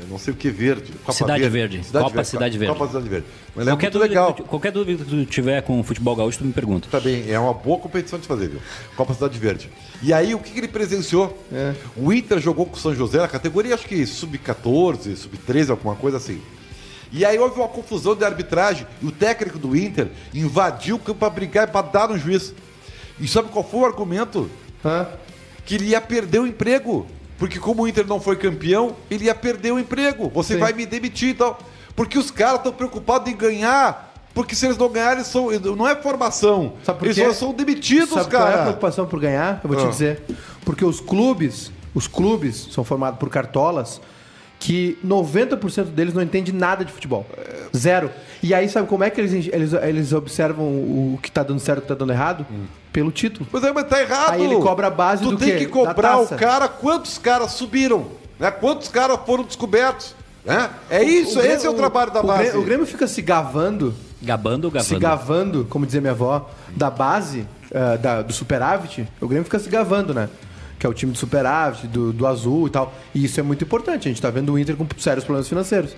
[SPEAKER 1] Eu não sei o que verde. Copa
[SPEAKER 3] Cidade Verde. Copa Cidade Verde.
[SPEAKER 1] Copa Cidade Verde. Mas é
[SPEAKER 3] Qualquer,
[SPEAKER 1] muito
[SPEAKER 3] dúvida
[SPEAKER 1] legal.
[SPEAKER 3] Que tu, qualquer dúvida que tu tiver com o futebol gaúcho, tu me pergunta.
[SPEAKER 1] Tá bem, é uma boa competição de fazer, viu? Copa Cidade Verde. E aí, o que, que ele presenciou?
[SPEAKER 2] É.
[SPEAKER 1] O Inter jogou com o São José na categoria, acho que sub-14, sub-13, alguma coisa assim. E aí houve uma confusão de arbitragem e o técnico do Inter invadiu o campo pra brigar e pra dar no juiz. E sabe qual foi o argumento?
[SPEAKER 2] Hã?
[SPEAKER 1] Que ele ia perder o emprego. Porque como o Inter não foi campeão, ele ia perder o emprego. Você
[SPEAKER 2] Sim.
[SPEAKER 1] vai me demitir e tal. Porque os caras estão preocupados em ganhar. Porque se eles não ganharem, eles são, não é formação.
[SPEAKER 2] Sabe por
[SPEAKER 1] eles
[SPEAKER 2] quê?
[SPEAKER 1] só são demitidos,
[SPEAKER 2] Sabe qual é a
[SPEAKER 1] cara.
[SPEAKER 2] preocupação por ganhar? Eu vou te
[SPEAKER 1] Ah.
[SPEAKER 2] dizer. Porque os clubes, os clubes são formados por cartolas que 90% deles não entende nada de futebol. Zero. E aí sabe como é que eles, eles, eles observam o que tá dando certo e o que tá dando errado?
[SPEAKER 1] Hum.
[SPEAKER 2] Pelo título.
[SPEAKER 1] Mas aí, mas tá errado.
[SPEAKER 2] Aí ele cobra a base
[SPEAKER 1] tu
[SPEAKER 2] do
[SPEAKER 1] tem
[SPEAKER 2] quê?
[SPEAKER 1] que
[SPEAKER 2] Da
[SPEAKER 1] cobrar o
[SPEAKER 2] taça.
[SPEAKER 1] cara quantos caras subiram, né? Quantos caras foram descobertos, né? É isso,
[SPEAKER 2] O Grêmio-
[SPEAKER 1] esse é o trabalho da
[SPEAKER 2] o Grêmio-
[SPEAKER 1] base.
[SPEAKER 2] O Grêmio fica se gabando
[SPEAKER 3] Gabando ou
[SPEAKER 2] se
[SPEAKER 3] gavando?
[SPEAKER 2] gavando, como dizia minha avó, da base, eh, da- do superávit, o Grêmio fica se gavando, né? Que é o time do superávit, do, do azul e tal. E isso é muito importante. A gente tá vendo o Inter com sérios problemas financeiros.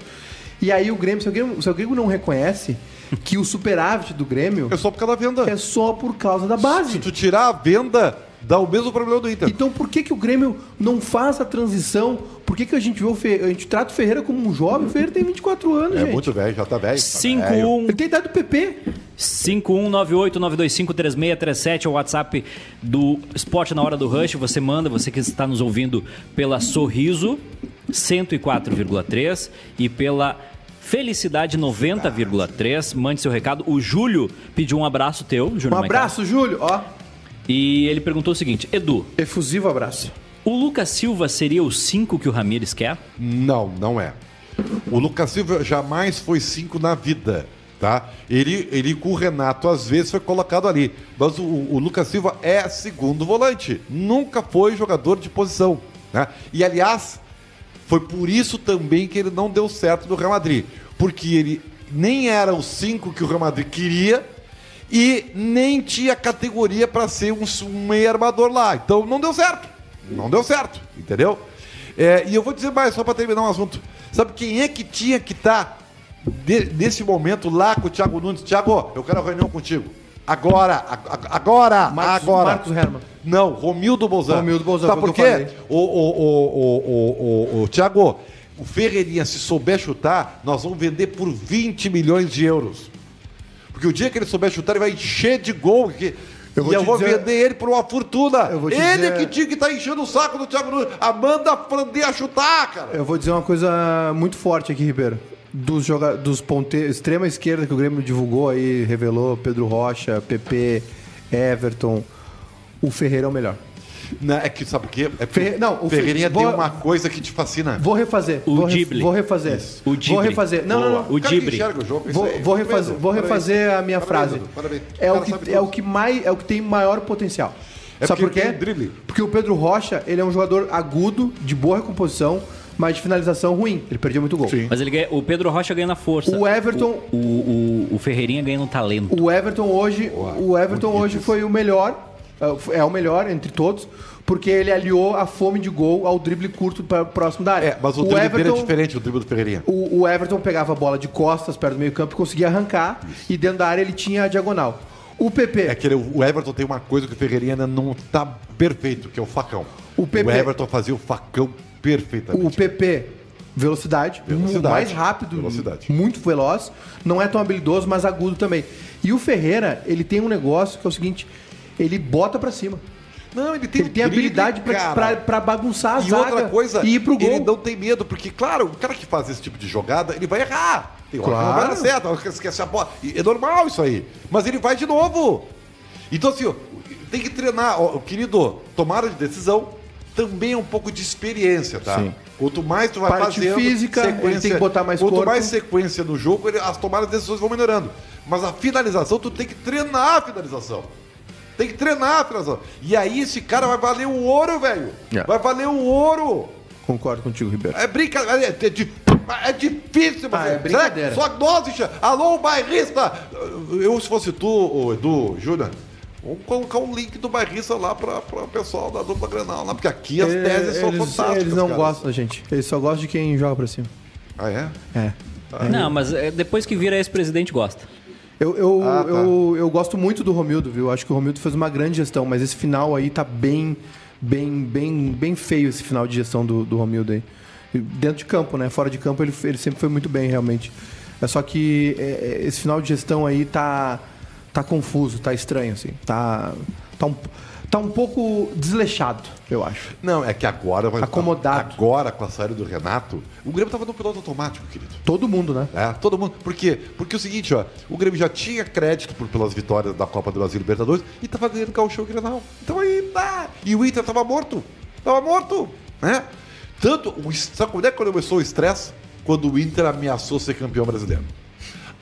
[SPEAKER 2] E aí o Grêmio, se o Grêmio, se o Grêmio não reconhece que o superávit do Grêmio
[SPEAKER 1] É só por causa da venda.
[SPEAKER 2] é só por causa da
[SPEAKER 1] Se
[SPEAKER 2] base.
[SPEAKER 1] tu tirar a venda, dá o mesmo problema do Inter.
[SPEAKER 2] Então por que, que o Grêmio não faz a transição? Por que, que a gente vê o Fe- a gente trata o Ferreira como um jovem? O Ferreira tem 24 anos,
[SPEAKER 1] É
[SPEAKER 2] gente.
[SPEAKER 1] muito velho, já tá velho. tá velho.
[SPEAKER 3] 51
[SPEAKER 2] Ele tem a idade do Um PP.
[SPEAKER 3] 5198-925-3637 é o WhatsApp do Esporte na Hora do Rush. Você manda, você que está nos ouvindo pela Sorriso 104,3 e pela Felicidade 90,3. Mande seu recado. O Júlio pediu um abraço teu, Júlio
[SPEAKER 2] Um
[SPEAKER 3] Maiká.
[SPEAKER 2] abraço, Júlio. Ó,
[SPEAKER 3] E ele perguntou o seguinte: Edu,
[SPEAKER 2] efusivo abraço.
[SPEAKER 3] o Lucas Silva seria o 5 que o Ramires quer?
[SPEAKER 1] Não, não é. O Lucas Silva jamais foi cinco na vida, tá? Ele, ele com o Renato às vezes foi colocado ali, mas o, o Lucas Silva é segundo volante, nunca foi jogador de posição, né? E aliás, foi por isso também que ele não deu certo no Real Madrid, porque ele nem era o cinco que o Real Madrid queria e nem tinha categoria para ser um, s- um meio armador lá. Então não deu certo. Não deu certo, entendeu? É, e eu vou dizer mais, só para terminar o assunto. Sabe quem é que tinha que estar nesse momento lá com o Thiago Nunes? Thiago, eu quero uma reunião contigo. Agora, a- a- agora,
[SPEAKER 2] Marcos-
[SPEAKER 1] agora.
[SPEAKER 2] Marcos Herman.
[SPEAKER 1] Não, Romildo Bolzano.
[SPEAKER 2] Romildo Bolzano,
[SPEAKER 1] Sabe
[SPEAKER 2] foi o
[SPEAKER 1] por
[SPEAKER 2] que eu
[SPEAKER 1] quê?
[SPEAKER 2] falei.
[SPEAKER 1] Ô, ô, ô, ô, ô, ô, Thiago, o Ferreirinha, se souber chutar, nós vamos vender por 20 milhões de euros. Porque o dia que ele souber chutar, ele vai encher de gol. que-
[SPEAKER 2] Eu vou
[SPEAKER 1] e eu
[SPEAKER 2] te
[SPEAKER 1] vou
[SPEAKER 2] dizer-
[SPEAKER 1] vender ele por uma fortuna.
[SPEAKER 2] Eu vou te
[SPEAKER 1] ele
[SPEAKER 2] dizer-
[SPEAKER 1] que tinha que tá enchendo o saco do Thiago Nunes. Amanda aprender a chutar, cara.
[SPEAKER 2] Eu vou dizer uma coisa muito forte aqui, Ribeiro. dos, joga dos ponteiros, extrema esquerda que o Grêmio divulgou aí, revelou, Pedro Rocha, PP, Everton, o Ferreira é o melhor.
[SPEAKER 1] Não, é que sabe o quê? É
[SPEAKER 2] Ferre- não, o Fe-
[SPEAKER 1] Ferreirinha tem
[SPEAKER 2] boa-
[SPEAKER 1] uma coisa que te fascina.
[SPEAKER 2] Vou refazer.
[SPEAKER 3] O
[SPEAKER 2] vou, ref-
[SPEAKER 3] Dible.
[SPEAKER 2] vou refazer.
[SPEAKER 3] Isso. O
[SPEAKER 2] Vou
[SPEAKER 3] Dible.
[SPEAKER 2] refazer. Não, não, não.
[SPEAKER 1] cara
[SPEAKER 3] O
[SPEAKER 1] que
[SPEAKER 3] Dibre.
[SPEAKER 1] enxerga o jogo, é isso
[SPEAKER 2] Vou,
[SPEAKER 1] aí.
[SPEAKER 2] vou
[SPEAKER 1] Parabéns,
[SPEAKER 2] refazer,
[SPEAKER 1] Edu.
[SPEAKER 2] vou
[SPEAKER 1] Parabéns.
[SPEAKER 2] refazer a minha
[SPEAKER 1] Parabéns,
[SPEAKER 2] frase.
[SPEAKER 1] Edu. Parabéns.
[SPEAKER 2] É o,
[SPEAKER 1] cara sabe
[SPEAKER 2] que, é o
[SPEAKER 1] tudo.
[SPEAKER 2] que mais, é o que tem maior potencial.
[SPEAKER 1] É
[SPEAKER 2] Sabe por
[SPEAKER 1] porque
[SPEAKER 2] quê?
[SPEAKER 1] ele tem drible.
[SPEAKER 2] Porque o Pedro Rocha, ele é um jogador agudo, de boa recomposição, mas de finalização ruim. Ele perdeu muito gol.
[SPEAKER 1] Sim.
[SPEAKER 3] Mas ele ganha- o Pedro Rocha ganha na força.
[SPEAKER 2] O Everton-
[SPEAKER 3] O, o, o- o Ferreirinha ganha no talento.
[SPEAKER 2] O Everton hoje,
[SPEAKER 1] Boa.
[SPEAKER 2] o Everton
[SPEAKER 1] Bonito
[SPEAKER 2] hoje
[SPEAKER 1] isso.
[SPEAKER 2] foi o melhor, é o melhor entre todos, porque ele aliou a fome de gol ao drible curto para próximo da área.
[SPEAKER 1] É, mas o, drible dele é diferente, o drible do Ferreirinha.
[SPEAKER 2] O, o Everton pegava a bola de costas perto do meio-campo, conseguia arrancar e dentro da área ele tinha a diagonal. O PP,
[SPEAKER 1] É que ele- o Everton tem uma coisa que o Ferreirinha ainda não tá perfeito, que é o facão.
[SPEAKER 2] O PP.
[SPEAKER 1] Everton fazia o facão perfeitamente.
[SPEAKER 2] o PP, velocidade,
[SPEAKER 1] Velocidade.
[SPEAKER 2] mu- mais rápido,
[SPEAKER 1] Velocidade.
[SPEAKER 2] muito veloz, não é tão habilidoso, mas agudo também. E o Ferreira, ele tem um negócio que é o seguinte, ele bota pra cima.
[SPEAKER 1] Não, ele tem,
[SPEAKER 2] Ele tem
[SPEAKER 1] drible,
[SPEAKER 2] habilidade pra,
[SPEAKER 1] cara.
[SPEAKER 2] pra, pra bagunçar a
[SPEAKER 1] E
[SPEAKER 2] zaga
[SPEAKER 1] outra coisa,
[SPEAKER 2] e ir pro gol.
[SPEAKER 1] ele não tem medo, porque, claro, o cara que faz esse tipo de jogada, ele vai errar. Tem hora que não vai
[SPEAKER 2] Claro.
[SPEAKER 1] dar certo, hora que esquece a bola. E É normal isso aí. Mas ele vai de novo. Então, assim, ó, tem que treinar. Ó, querido, tomada de decisão também é um pouco de experiência, tá?
[SPEAKER 2] Sim.
[SPEAKER 1] Quanto mais tu vai
[SPEAKER 2] Parte
[SPEAKER 1] fazendo...
[SPEAKER 2] física, ele tem que botar mais
[SPEAKER 1] Quanto
[SPEAKER 2] corpo.
[SPEAKER 1] mais sequência no jogo, ele- as tomadas de decisões vão melhorando. Mas a finalização, tu tem que treinar a finalização. Tem que treinar a finalização. E aí esse cara vai valer o ouro, velho.
[SPEAKER 2] É.
[SPEAKER 1] Vai valer o ouro.
[SPEAKER 2] Concordo contigo, Ribeiro.
[SPEAKER 1] É brincadeira. É, di- é difícil,
[SPEAKER 2] Ah,
[SPEAKER 1] velho.
[SPEAKER 2] é brincadeira.
[SPEAKER 1] Será que Só nós, Xan. Alô, bairrista. Eu, se fosse tu, ô, Edu, Júlia, vamos colocar um link do bairrista lá pra, pra pessoal da dupla Granal. Lá, porque aqui as teses são
[SPEAKER 2] É, eles,
[SPEAKER 1] fantásticas.
[SPEAKER 2] eles não
[SPEAKER 1] cara.
[SPEAKER 2] gostam da gente. Eles só gostam de quem joga pra cima.
[SPEAKER 1] Ah, é?
[SPEAKER 2] É.
[SPEAKER 3] Não, mas é, depois que vira ex-presidente, gosta.
[SPEAKER 2] Eu, eu,
[SPEAKER 1] Ah, tá.
[SPEAKER 2] eu, eu gosto muito do Romildo, viu? Acho que o Romildo fez uma grande gestão, mas esse final aí tá bem, bem, bem, bem feio esse final de gestão do, do Romildo aí. Dentro de campo, né? Fora de campo ele, ele sempre foi muito bem, realmente. É só que é, é, esse final de gestão aí tá, tá confuso, tá estranho, assim. Tá, tá, um, tá um pouco desleixado, eu acho.
[SPEAKER 1] Não, é que agora vai
[SPEAKER 2] Acomodado.
[SPEAKER 1] Agora, com a saída do Renato, o Grêmio tava no piloto automático, querido.
[SPEAKER 2] Todo mundo, né?
[SPEAKER 1] É, todo mundo. Por quê? Porque é o seguinte, ó, o Grêmio já tinha crédito por, pelas vitórias da Copa do Brasil e Libertadores e tava ganhando Gauchão e Grenal. Então aí tá. E o Inter tava morto. Tava morto, né? Tanto, o, es- sabe quando é que começou o estresse? Quando o Inter ameaçou ser campeão brasileiro.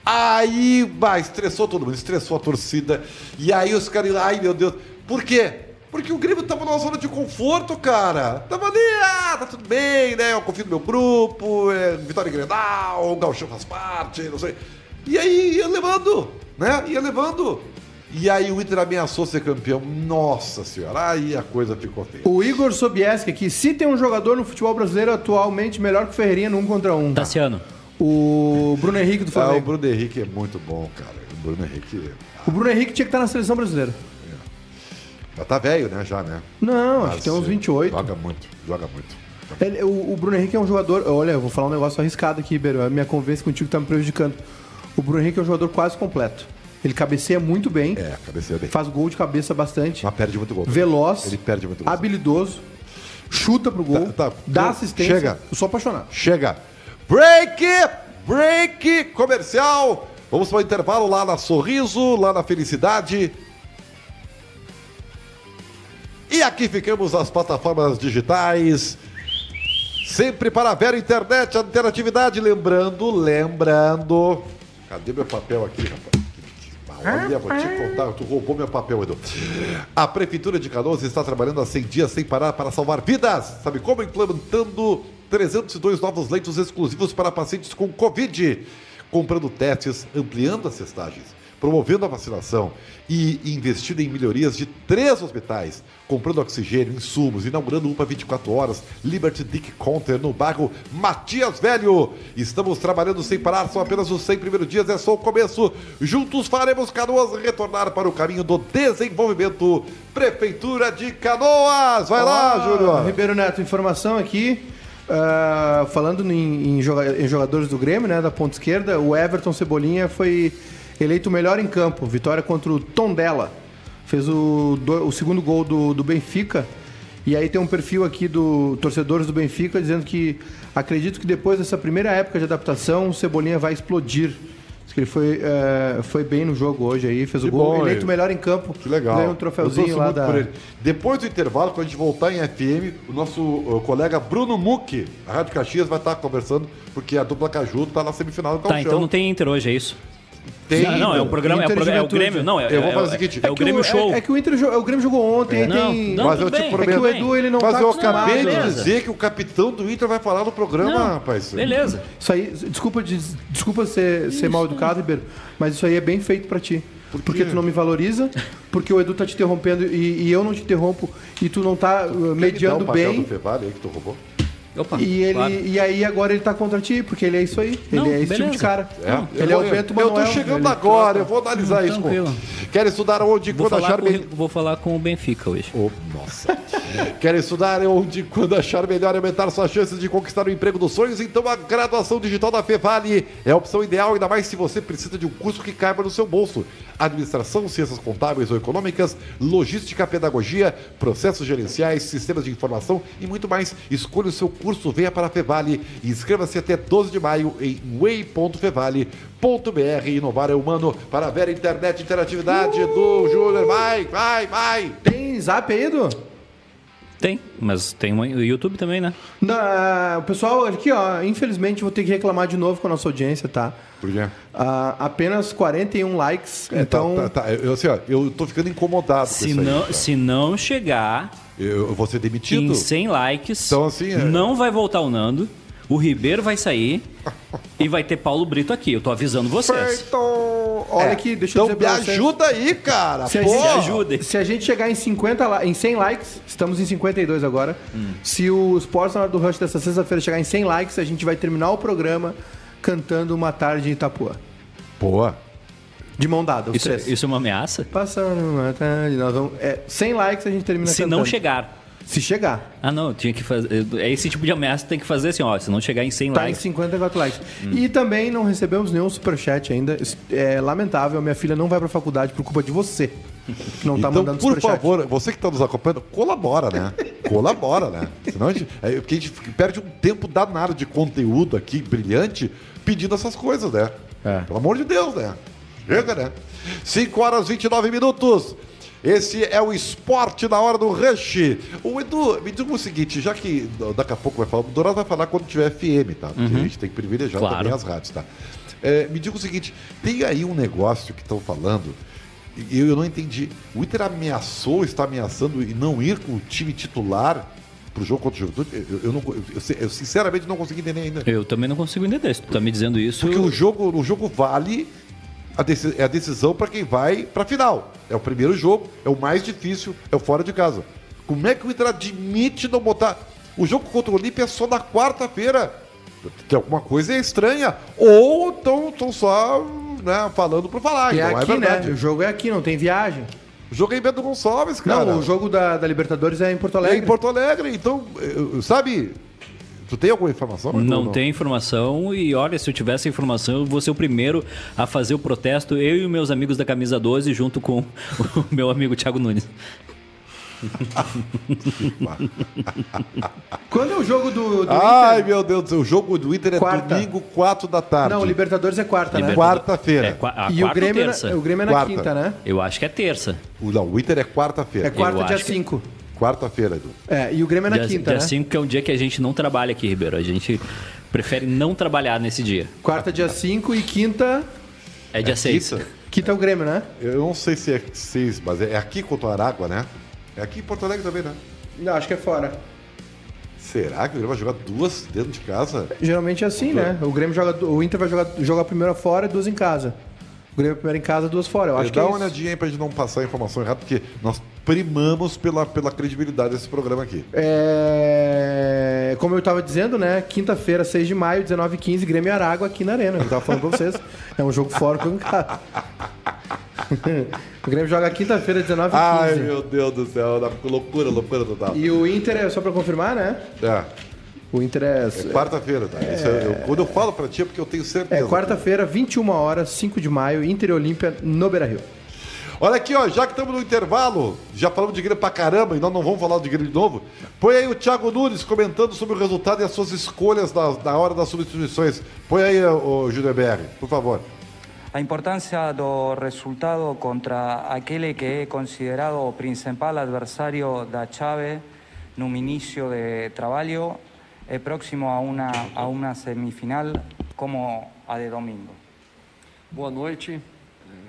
[SPEAKER 1] Aí, vai, estressou todo mundo, estressou a torcida. E aí os caras, ai meu Deus. Por quê? Porque o Grêmio tava numa zona de conforto, cara. Tava ali, ah, tá tudo bem, né? Eu confio no meu grupo, é, Vitória e Grenal, o Gauchão faz parte, não sei. E aí ia levando, né? Ia levando. E aí o Inter ameaçou ser campeão. Nossa senhora, aí a coisa ficou feia. É,
[SPEAKER 2] O Igor Sobieski aqui, se tem um jogador no futebol brasileiro atualmente melhor que o Ferreirinha no um contra um.
[SPEAKER 3] Tassiano.
[SPEAKER 2] O Bruno Henrique do
[SPEAKER 1] Ah, o
[SPEAKER 2] Flamengo.
[SPEAKER 1] Bruno Henrique é muito bom, cara. O Bruno Henrique.
[SPEAKER 2] o... Bruno Henrique tinha que estar na seleção brasileira.
[SPEAKER 1] Já tá velho, né? Já, né?
[SPEAKER 2] Não, acho
[SPEAKER 1] Mas,
[SPEAKER 2] que tem uns
[SPEAKER 1] eh,
[SPEAKER 2] 28.
[SPEAKER 1] Joga muito, joga muito.
[SPEAKER 2] Ele- o, o Bruno Henrique é um jogador. Olha, eu vou falar um negócio arriscado aqui, Ribeiro. A minha convivência contigo tá me prejudicando. O Bruno Henrique é um jogador quase completo. Ele cabeceia muito bem,
[SPEAKER 1] É, cabeceia bem.
[SPEAKER 2] faz gol de cabeça bastante,
[SPEAKER 1] Mas perde muito gol.
[SPEAKER 2] veloz,
[SPEAKER 1] Ele perde muito gol.
[SPEAKER 2] habilidoso, chuta pro gol,
[SPEAKER 1] Tá, tá.
[SPEAKER 2] dá
[SPEAKER 1] Eu-
[SPEAKER 2] assistência.
[SPEAKER 1] chega.
[SPEAKER 2] Eu sou apaixonado.
[SPEAKER 1] Chega. Break! Break comercial. Vamos para o intervalo lá na Sorriso, lá na Felicidade. E aqui ficamos nas plataformas digitais. Sempre para a Vera Internet, a interatividade. Lembrando, lembrando. Cadê meu papel aqui, rapaz? Olha, vou te contar, tu roubou meu papel, Edu. A Prefeitura de Canoas está trabalhando há 100 dias sem parar para salvar vidas. Sabe como? Implementando 302 novos leitos exclusivos para pacientes com Covid. Comprando testes, ampliando as testagens promovendo a vacinação e investindo em melhorias de três hospitais, comprando oxigênio, insumos, inaugurando UPA 24 horas, Liberty Dick Counter no bairro Matias Velho. Estamos trabalhando sem parar, são apenas os 100 primeiros dias, é só o começo. Juntos faremos Canoas retornar para o caminho do desenvolvimento. Prefeitura de Canoas! Vai lá,
[SPEAKER 2] Ah,
[SPEAKER 1] Júlio!
[SPEAKER 2] Ribeiro Neto, informação aqui. ah, falando em, em joga- em jogadores do Grêmio, né? Da ponta esquerda, o Everton Cebolinha foi eleito o melhor em campo. Vitória contra o Tondela. Fez o, do- o segundo gol do, do Benfica. E aí tem um perfil aqui do torcedores do Benfica dizendo que acredito que depois dessa primeira época de adaptação, o Cebolinha vai explodir. Diz que ele foi, eh, foi bem no jogo hoje aí, fez
[SPEAKER 1] Que
[SPEAKER 2] o gol,
[SPEAKER 1] bom,
[SPEAKER 2] eleito
[SPEAKER 1] ele.
[SPEAKER 2] o melhor em campo.
[SPEAKER 1] Que legal.
[SPEAKER 2] Ganhou um
[SPEAKER 1] Eu
[SPEAKER 2] troféuzinho
[SPEAKER 1] torço
[SPEAKER 2] lá
[SPEAKER 1] muito
[SPEAKER 2] da...
[SPEAKER 1] por ele. Depois do intervalo, quando a gente voltar em FM, o nosso uh, colega Bruno Muck, a Rádio Caxias, vai estar conversando, porque a dupla Caju tá na semifinal do
[SPEAKER 3] Tá,
[SPEAKER 1] Calchão.
[SPEAKER 3] então não tem Inter hoje, é isso?
[SPEAKER 1] Tem,
[SPEAKER 3] não, não, é o
[SPEAKER 1] Inter.
[SPEAKER 3] programa, é, o
[SPEAKER 2] Inter de
[SPEAKER 3] programa- é o
[SPEAKER 2] Juventude.
[SPEAKER 3] Grêmio. Não, é,
[SPEAKER 1] Eu vou
[SPEAKER 3] é-
[SPEAKER 1] fazer o seguinte,
[SPEAKER 3] é, o
[SPEAKER 2] que
[SPEAKER 3] Grêmio Show.
[SPEAKER 2] É, é que o Inter jo- o Grêmio jogou
[SPEAKER 1] É,
[SPEAKER 2] ontem, aí
[SPEAKER 3] Não,
[SPEAKER 2] tem...
[SPEAKER 3] não,
[SPEAKER 1] Mas
[SPEAKER 3] tudo
[SPEAKER 1] eu te
[SPEAKER 2] É
[SPEAKER 3] bem,
[SPEAKER 2] que
[SPEAKER 1] prometo.
[SPEAKER 2] o
[SPEAKER 3] tudo bem.
[SPEAKER 2] Edu, ele não
[SPEAKER 1] Mas
[SPEAKER 2] tá
[SPEAKER 1] eu
[SPEAKER 2] acostumado,
[SPEAKER 1] acabei de
[SPEAKER 2] né?
[SPEAKER 3] beleza.
[SPEAKER 1] dizer que o capitão do Inter vai falar no programa,
[SPEAKER 3] Não,
[SPEAKER 1] rapaz.
[SPEAKER 3] Beleza.
[SPEAKER 2] Isso aí, desculpa, de- desculpa ser, ser mal educado, Ribeiro, mas isso aí é bem feito pra ti. Porque tu não me valoriza, porque o Edu tá te interrompendo e, e eu não te interrompo, e tu não tá uh, mediando
[SPEAKER 1] Quer me dar o papel
[SPEAKER 2] bem.
[SPEAKER 1] do Fevale aí que tu roubou?
[SPEAKER 3] Opa,
[SPEAKER 2] E, ele,
[SPEAKER 3] claro.
[SPEAKER 2] e aí agora ele tá contra ti, porque ele é isso aí. Ele
[SPEAKER 3] Não,
[SPEAKER 2] é esse tipo de
[SPEAKER 3] beleza.
[SPEAKER 2] cara.
[SPEAKER 1] É?
[SPEAKER 2] Ele é o Bento Manuel.
[SPEAKER 1] Eu tô chegando
[SPEAKER 2] ele-
[SPEAKER 1] agora, eu vou analisar isso.
[SPEAKER 3] Tranquilo.
[SPEAKER 1] pô. tá Quero estudar onde e
[SPEAKER 3] Vou
[SPEAKER 1] quando
[SPEAKER 3] falar,
[SPEAKER 1] achar
[SPEAKER 3] com,
[SPEAKER 1] melhor.
[SPEAKER 3] vou falar com o Benfica hoje.
[SPEAKER 1] Oh, nossa. [LAUGHS] Quero estudar é onde e quando achar melhor e aumentar suas chances de conquistar o emprego dos sonhos? Então a graduação digital da Fevale é a opção ideal, ainda mais se você precisa de um curso que caiba no seu bolso. Administração, ciências contábeis ou econômicas, logística, pedagogia, processos gerenciais, sistemas de informação e muito mais. Escolha o seu curso, venha para a Fevale e inscreva-se até 12 de maio em way.fevale.br. Inovar é humano para ver a internet interatividade do Júnior. Vai, vai, vai!
[SPEAKER 2] Tem zap aí, Edu?
[SPEAKER 3] Tem, mas tem uma- o YouTube também, né?
[SPEAKER 2] Na, o pessoal, aqui, ó, infelizmente vou ter que reclamar de novo com a nossa audiência, tá?
[SPEAKER 1] Por quê?
[SPEAKER 2] Ah, apenas 41 likes,
[SPEAKER 1] É, tá,
[SPEAKER 2] então...
[SPEAKER 1] tá, tá. Eu, assim, ó, eu tô ficando incomodado com
[SPEAKER 3] Se
[SPEAKER 1] isso aí,
[SPEAKER 3] não,
[SPEAKER 1] cara.
[SPEAKER 3] se não chegar
[SPEAKER 1] eu, eu vou ser demitido.
[SPEAKER 3] em 100 likes,
[SPEAKER 1] Então, assim, é-
[SPEAKER 3] não vai voltar o Nando, o Ribeiro vai sair e vai ter Paulo Brito aqui. Eu tô avisando vocês.
[SPEAKER 1] Perfeito!
[SPEAKER 2] Olha
[SPEAKER 1] É,
[SPEAKER 2] aqui, deixa eu
[SPEAKER 1] Então
[SPEAKER 2] dizer
[SPEAKER 1] me
[SPEAKER 2] pra vocês.
[SPEAKER 1] ajuda aí, cara.
[SPEAKER 2] Se a
[SPEAKER 1] pô.
[SPEAKER 2] gente-
[SPEAKER 3] Me ajudem.
[SPEAKER 2] Se a gente chegar em 50, li- em 100 likes, estamos em 52 agora.
[SPEAKER 3] Hum.
[SPEAKER 2] Se o Sports na hora do Rush dessa sexta-feira chegar em 100 likes, a gente vai terminar o programa cantando uma tarde em Itapuã.
[SPEAKER 1] Boa.
[SPEAKER 2] De mão dada, os
[SPEAKER 3] Isso,
[SPEAKER 2] três.
[SPEAKER 3] isso é uma ameaça?
[SPEAKER 2] Passando uma tarde, nós vamos. É, 100 likes a gente termina
[SPEAKER 3] Se
[SPEAKER 2] é cantando.
[SPEAKER 3] não chegar.
[SPEAKER 2] Se chegar.
[SPEAKER 3] Ah, não, eu tinha que fazer. É esse tipo de ameaça que tem que fazer assim, ó. Se não chegar em 100
[SPEAKER 2] Tá em
[SPEAKER 3] likes. Hum.
[SPEAKER 2] 54 likes. E também não recebemos nenhum superchat ainda. Isso É lamentável, minha filha não vai pra faculdade por culpa de você. que Não tá
[SPEAKER 1] então,
[SPEAKER 2] mandando
[SPEAKER 1] por
[SPEAKER 2] superchat.
[SPEAKER 1] favor, você que tá nos acompanhando, colabora,
[SPEAKER 2] [LAUGHS]
[SPEAKER 1] né? colabora, né? Senão a gente, é, porque a gente perde um tempo danado de conteúdo aqui, brilhante, pedindo essas coisas, né?
[SPEAKER 2] É.
[SPEAKER 1] Pelo amor de Deus, né? Chega, né? 5 horas e 29 minutos. Esse é o esporte na hora do rush. O Edu, me diga o seguinte, já que daqui a pouco vai falar, o Dourado vai falar quando tiver FM, tá? Porque a gente tem que privilegiar
[SPEAKER 3] Claro.
[SPEAKER 1] também as as rádios, tá? É, me diga o seguinte, tem aí um negócio que estão falando, e eu, eu não entendi. O Inter ameaçou, está ameaçando e não ir com o time titular pro jogo contra o Juventude? Eu, eu- eu não, eu, eu- eu sinceramente não consegui entender ainda.
[SPEAKER 3] Eu também não consigo entender. Se tu tá me dizendo isso.
[SPEAKER 1] Porque o jogo, o jogo vale a, deci- é a decisão para quem vai para final. É o primeiro jogo, é o mais difícil, é o fora de casa. Como é que o Inter admite não botar. O jogo contra o Olímpia é só na quarta-feira. Tem alguma coisa estranha. Ou estão só né, falando por falar.
[SPEAKER 2] E é
[SPEAKER 1] então
[SPEAKER 2] aqui,
[SPEAKER 1] é verdade.
[SPEAKER 2] né? O jogo é aqui, não tem viagem.
[SPEAKER 1] O jogo é em Bento Gonçalves, cara.
[SPEAKER 2] Não, o jogo da, da Libertadores é em Porto
[SPEAKER 1] é
[SPEAKER 2] Alegre.
[SPEAKER 1] em Porto Alegre. Então, eh, sabe. Tu tem alguma informação? Edu,
[SPEAKER 3] Não tem informação e olha, se eu tivesse informação, eu vou ser o primeiro a fazer o protesto, eu e meus amigos da camisa 12 junto com [LAUGHS] o meu amigo Thiago Nunes.
[SPEAKER 2] Quando é o jogo do, do
[SPEAKER 1] Ai,
[SPEAKER 3] Ah,
[SPEAKER 2] Inter?
[SPEAKER 1] meu Deus do céu. O jogo do Inter é
[SPEAKER 2] Quarta.
[SPEAKER 1] domingo, 4 da
[SPEAKER 3] ah,
[SPEAKER 1] tarde.
[SPEAKER 2] Não, Libertadores é quarta, né?
[SPEAKER 3] Libertadores.
[SPEAKER 1] Quarta-feira.
[SPEAKER 3] É, qua- a
[SPEAKER 2] E o
[SPEAKER 3] quarta
[SPEAKER 2] Grêmio,
[SPEAKER 3] ou
[SPEAKER 2] é
[SPEAKER 3] terça?
[SPEAKER 2] na, o Grêmio é na
[SPEAKER 1] Quarta.
[SPEAKER 2] quinta, né?
[SPEAKER 3] Eu acho que é terça.
[SPEAKER 1] O- Não, o Inter é
[SPEAKER 2] É
[SPEAKER 1] quarta-feira.
[SPEAKER 2] quarta,
[SPEAKER 3] Eu
[SPEAKER 2] dia
[SPEAKER 3] acho que-
[SPEAKER 2] 5.
[SPEAKER 1] Quarta-feira, Edu.
[SPEAKER 2] É, e o Grêmio é na
[SPEAKER 3] dia
[SPEAKER 2] quinta, né?
[SPEAKER 3] dia 5 que é um dia que a gente não trabalha aqui, Ribeiro. A gente prefere não trabalhar nesse dia.
[SPEAKER 2] Quarta, dia 5 e quinta...
[SPEAKER 3] É dia 6.
[SPEAKER 1] Quinta?
[SPEAKER 2] Quinta é o Grêmio, né?
[SPEAKER 1] Eu não sei se é seis, mas é aqui contra o Aragua, né? É aqui em Porto Alegre também, né?
[SPEAKER 2] Não, acho que é fora.
[SPEAKER 1] Será que o Grêmio vai jogar duas dentro de casa?
[SPEAKER 2] Geralmente é assim, né? O Grêmio joga... O Inter vai jogar, jogar primeiro fora e duas em casa. O Grêmio primeiro em casa, duas fora. Eu acho que
[SPEAKER 1] Dá
[SPEAKER 2] é
[SPEAKER 1] uma
[SPEAKER 2] isso.
[SPEAKER 1] olhadinha aí pra gente não passar a informação errada, porque nós primamos pela, pela credibilidade desse programa aqui.
[SPEAKER 2] É, Como eu tava dizendo, né? Quinta-feira, 6 de maio, 19h15, Grêmio e Aragua aqui na Arena. Eu tava falando pra
[SPEAKER 1] [LAUGHS]
[SPEAKER 2] vocês. É um jogo fora com cara. [LAUGHS] O Grêmio joga quinta-feira, 19h15.
[SPEAKER 1] Ai, meu Deus do céu. da- Loucura, loucura total.
[SPEAKER 2] E o Inter, é só pra confirmar, né?
[SPEAKER 1] É,
[SPEAKER 2] O Inter é.
[SPEAKER 1] é quarta-feira, tá? Isso é- eu- quando eu falo pra ti é porque eu tenho certeza.
[SPEAKER 2] É quarta-feira, 21 horas, 5 de maio, Inter e Olímpia no Beira Rio.
[SPEAKER 1] Olha aqui, ó, já que estamos no intervalo, já falamos de Grêmio pra caramba e nós não vamos falar de Grêmio de novo. Põe aí o Thiago Nunes comentando sobre o resultado e as suas escolhas na, na hora das substituições. Põe aí, o Júlio BR, por favor.
[SPEAKER 4] La importancia del resultado contra aquel que he considerado principal adversario da Chávez en un inicio de trabajo es próximo a una, a una semifinal como a de domingo.
[SPEAKER 5] Boa noite. É,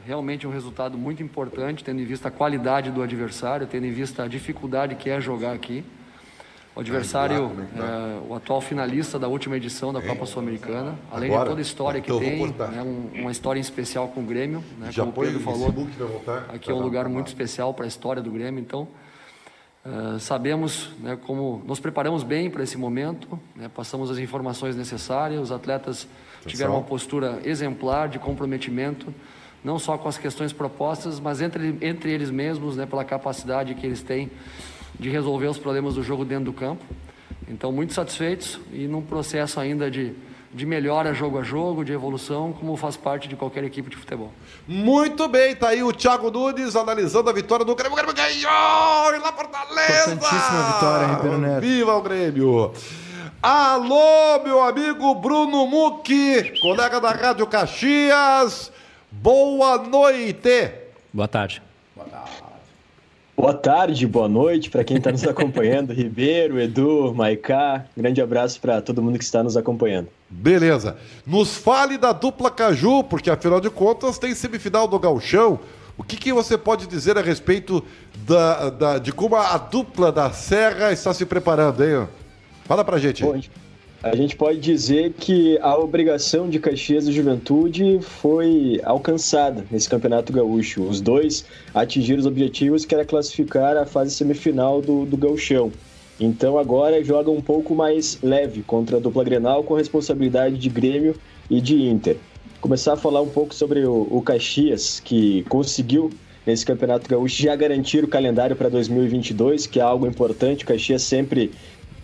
[SPEAKER 5] Realmente um resultado muito importante, tendo em vista a qualidade do adversário, tendo em vista a dificuldade que é jogar aqui. O adversário,
[SPEAKER 1] né?
[SPEAKER 5] é, o atual finalista da última edição da Copa Sul-Americana, além
[SPEAKER 1] Agora?
[SPEAKER 5] de toda a história que
[SPEAKER 1] Então eu
[SPEAKER 5] tem,
[SPEAKER 1] vou cortar.
[SPEAKER 5] né, um- uma história em especial com o Grêmio, né,
[SPEAKER 1] Já
[SPEAKER 5] como o
[SPEAKER 1] põe
[SPEAKER 5] Pedro
[SPEAKER 1] no
[SPEAKER 5] falou,
[SPEAKER 1] Facebook pra voltar.
[SPEAKER 5] aqui é um
[SPEAKER 1] Tá,
[SPEAKER 5] lugar
[SPEAKER 1] tá,
[SPEAKER 5] muito
[SPEAKER 1] tá.
[SPEAKER 5] especial para a história do Grêmio, então eh, sabemos né, como nos preparamos bem para esse momento, né, passamos as informações necessárias, os atletas tiveram uma postura exemplar de comprometimento, não só com as questões propostas, mas entre, entre eles mesmos, né, pela capacidade que eles têm de resolver os problemas do jogo dentro do campo. Então, muito satisfeitos e num processo ainda de, de melhora jogo a jogo, de evolução, como faz parte de qualquer equipe de futebol.
[SPEAKER 1] Muito bem, tá aí o Thiago Nunes analisando a vitória do Grêmio. O Grêmio ganhou! E lá Fortaleza!
[SPEAKER 2] Importantíssima vitória, Ribeiro Neto.
[SPEAKER 1] Viva o Grêmio! Alô, meu amigo Bruno Mucchi, colega da Rádio Caxias. Boa noite!
[SPEAKER 3] Boa tarde.
[SPEAKER 6] Boa tarde, boa noite para quem está nos acompanhando, Ribeiro, Edu, Maiká. Grande abraço para todo mundo que está nos acompanhando.
[SPEAKER 1] Beleza. Nos fale da dupla Caju, porque afinal de contas tem semifinal do Galchão. O que, que você pode dizer a respeito da, da- de como a dupla da Serra está se preparando, hein? Fala pra gente.
[SPEAKER 6] Bom, a gente- a gente pode dizer que a obrigação de Caxias e Juventude foi alcançada nesse Campeonato Gaúcho. Os dois atingiram os objetivos que era classificar a fase semifinal do, do gauchão. Então agora joga um pouco mais leve contra a dupla Grenal com responsabilidade de Grêmio e de Inter. Começar a falar um pouco sobre o, o Caxias, que conseguiu nesse Campeonato Gaúcho já garantir o calendário para 2022, que é algo importante. O Caxias sempre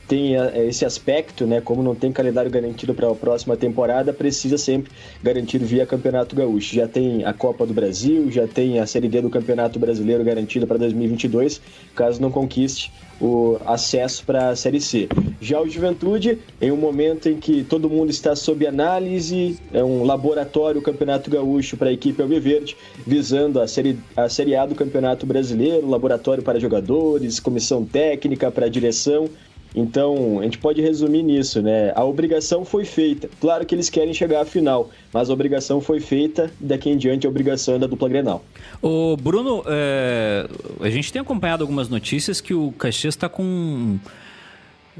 [SPEAKER 6] tem eh, esse aspecto, né? Como não tem calendário garantido para a próxima temporada, precisa sempre garantir via Campeonato Gaúcho. Já tem a Copa do Brasil, já tem a Série D do Campeonato Brasileiro garantida para 2022, caso não conquiste o acesso para a Série C. Já o Juventude, em um momento em que todo mundo está sob análise, é um laboratório o Campeonato Gaúcho para a equipe Alviverde, visando a série, a série A do Campeonato Brasileiro, laboratório para jogadores, comissão técnica para direção, então, a gente pode resumir nisso, né? A obrigação foi feita. Claro que eles querem chegar à final, mas a obrigação foi feita e daqui em diante a obrigação é da dupla Grenal.
[SPEAKER 3] Ô, Bruno, é, a gente tem acompanhado algumas notícias que o Caxias está com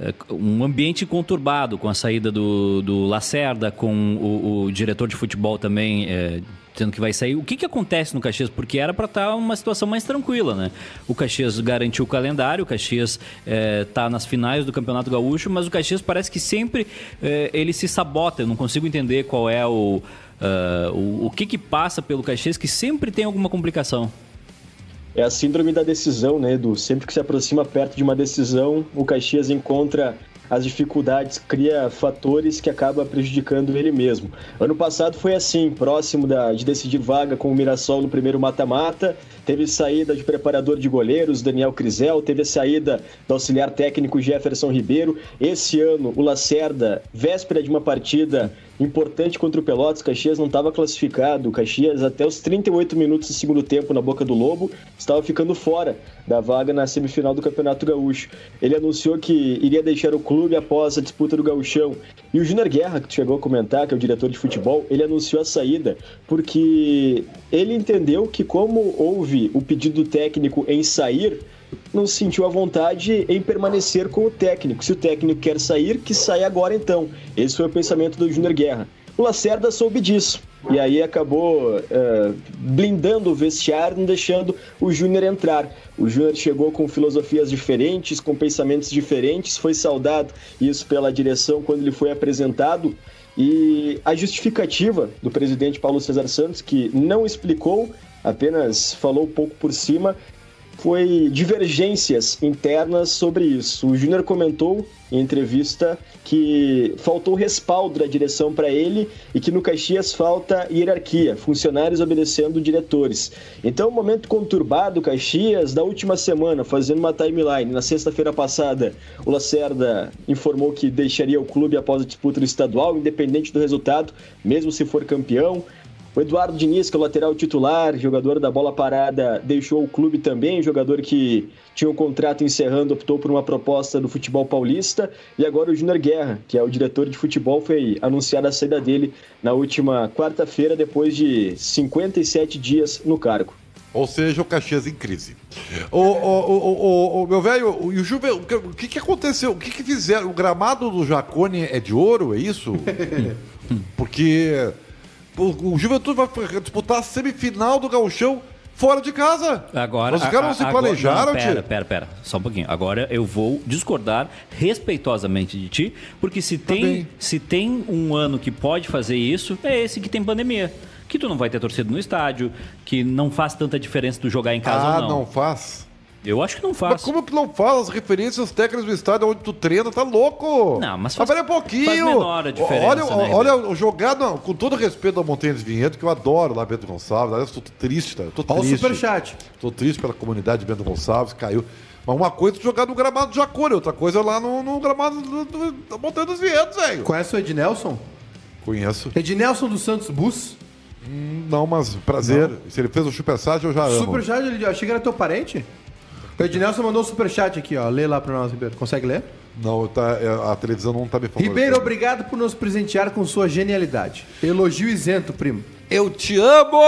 [SPEAKER 3] é, um ambiente conturbado com a saída do, do Lacerda, com o, o diretor de futebol também é, dizendo que vai sair. O que, que acontece no Caxias? Porque era para estar uma situação mais tranquila, né? O Caxias garantiu o calendário, o Caxias está nas finais do Campeonato Gaúcho, mas o Caxias parece que sempre é, ele se sabota. Eu não consigo entender qual é o, ah, o, o que, que passa pelo Caxias que sempre tem alguma complicação.
[SPEAKER 6] É a síndrome da decisão, né, Edu? Sempre que se aproxima perto de uma decisão, o Caxias encontra as dificuldades, cria fatores que acaba prejudicando ele mesmo. Ano passado foi assim, próximo da- de decidir vaga com o Mirassol no primeiro mata-mata, teve saída de preparador de goleiros, Daniel Crisel, teve a saída do auxiliar técnico Jefferson Ribeiro. Esse ano, o Lacerda, véspera de uma partida importante contra o Pelotas, Caxias não estava classificado. O Caxias, até os 38 minutos do segundo tempo, na boca do Lobo, estava ficando fora da vaga na semifinal do Campeonato Gaúcho. Ele anunciou que iria deixar o clube após a disputa do Gauchão. E o Júnior Guerra, que tu chegou a comentar, que é o diretor de futebol, ele anunciou a saída porque ele entendeu que, como houve o pedido do técnico em sair, não se sentiu à vontade em permanecer com o técnico. Se o técnico quer sair, que saia agora então. Esse foi o pensamento do Júnior Guerra. O Lacerda soube disso. E aí acabou eh, blindando o vestiário, não deixando o Júnior entrar. O Júnior chegou com filosofias diferentes, com pensamentos diferentes, foi saudado isso pela direção quando ele foi apresentado. E a justificativa do presidente Paulo César Santos, que não explicou, apenas falou pouco por um cima, foi divergências internas sobre isso. O Júnior comentou em entrevista que faltou respaldo da direção para ele e que no Caxias falta hierarquia, funcionários obedecendo diretores. Então, um momento conturbado, Caxias, da última semana, fazendo uma timeline. Na sexta-feira passada, o Lacerda informou que deixaria o clube após a disputa do estadual, independente do resultado, mesmo se for campeão. O Eduardo Diniz, que é o lateral titular, jogador da bola parada, deixou o clube também, jogador que tinha o um contrato encerrando, optou por uma proposta do futebol paulista. E agora o Júnior Guerra, que é o diretor de futebol, foi anunciada a saída dele na última quarta-feira, depois de 57 dias no cargo.
[SPEAKER 1] Ou seja, o Caxias em crise. O, o, o, meu velho, e o Juve, o que, que aconteceu? O que, que fizeram? O gramado do Jacone é de ouro, é
[SPEAKER 3] [LAUGHS]
[SPEAKER 1] isso? Porque o, o Juventude vai disputar a semifinal do Gauchão fora de casa.
[SPEAKER 3] Agora,
[SPEAKER 1] Os caras não se
[SPEAKER 3] agora-
[SPEAKER 1] planejaram,
[SPEAKER 3] não, Pera,
[SPEAKER 1] tio.
[SPEAKER 3] pera, pera. Só um pouquinho. Agora eu vou discordar respeitosamente de ti, porque se tem,
[SPEAKER 1] Tá bem.
[SPEAKER 3] se tem um ano que pode fazer isso, é esse que tem pandemia. Que tu não vai ter torcido no estádio, que não faz tanta diferença tu jogar em casa
[SPEAKER 1] Ah,
[SPEAKER 3] ou não.
[SPEAKER 1] não faz.
[SPEAKER 3] Eu acho que não faz.
[SPEAKER 1] Mas como é? que não faz as referências técnicas do estádio onde tu treina? Tá louco!
[SPEAKER 3] Não, mas faz-
[SPEAKER 1] Mas pera um pouquinho!
[SPEAKER 3] faz menor a diferença,
[SPEAKER 1] Olha,
[SPEAKER 3] né,
[SPEAKER 1] olha,
[SPEAKER 3] Ribeiro?
[SPEAKER 1] olha o jogado, não, com todo respeito ao Montanha de Vinhedo, que eu adoro lá Bento Gonçalves, aliás, tô triste, tá? Eu tô
[SPEAKER 2] Olha o
[SPEAKER 1] triste.
[SPEAKER 2] superchat.
[SPEAKER 1] Tô triste pela comunidade de Bento Gonçalves, caiu. Mas uma coisa é tu jogar no gramado de Jacore, outra coisa é lá no, no gramado do, do, da Montanha dos Vinhedos, velho.
[SPEAKER 2] Conhece o Ednelson?
[SPEAKER 1] Conheço.
[SPEAKER 2] Ednelson dos Santos Bus.
[SPEAKER 1] Não, mas prazer. Se ele fez o superchat, eu já amo.
[SPEAKER 2] Superchat, ele achei que era teu parente. O Ednelson mandou um superchat aqui, ó. Lê lá pra nós, Ribeiro. Consegue ler?
[SPEAKER 1] Não, tá, é, a televisão não tá me falando.
[SPEAKER 2] Ribeiro, obrigado por nos presentear com sua genialidade. Elogio isento, primo.
[SPEAKER 1] Eu te amo!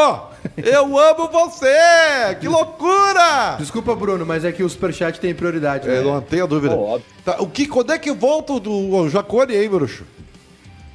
[SPEAKER 1] Eu amo você! Que loucura!
[SPEAKER 2] Desculpa, Bruno, mas é que o superchat tem prioridade.
[SPEAKER 1] É,
[SPEAKER 2] Né?
[SPEAKER 1] não tenha dúvida.
[SPEAKER 6] Ó, óbvio.
[SPEAKER 1] Tá, o que, quando é que volta o do o Jacone, hein, bruxo?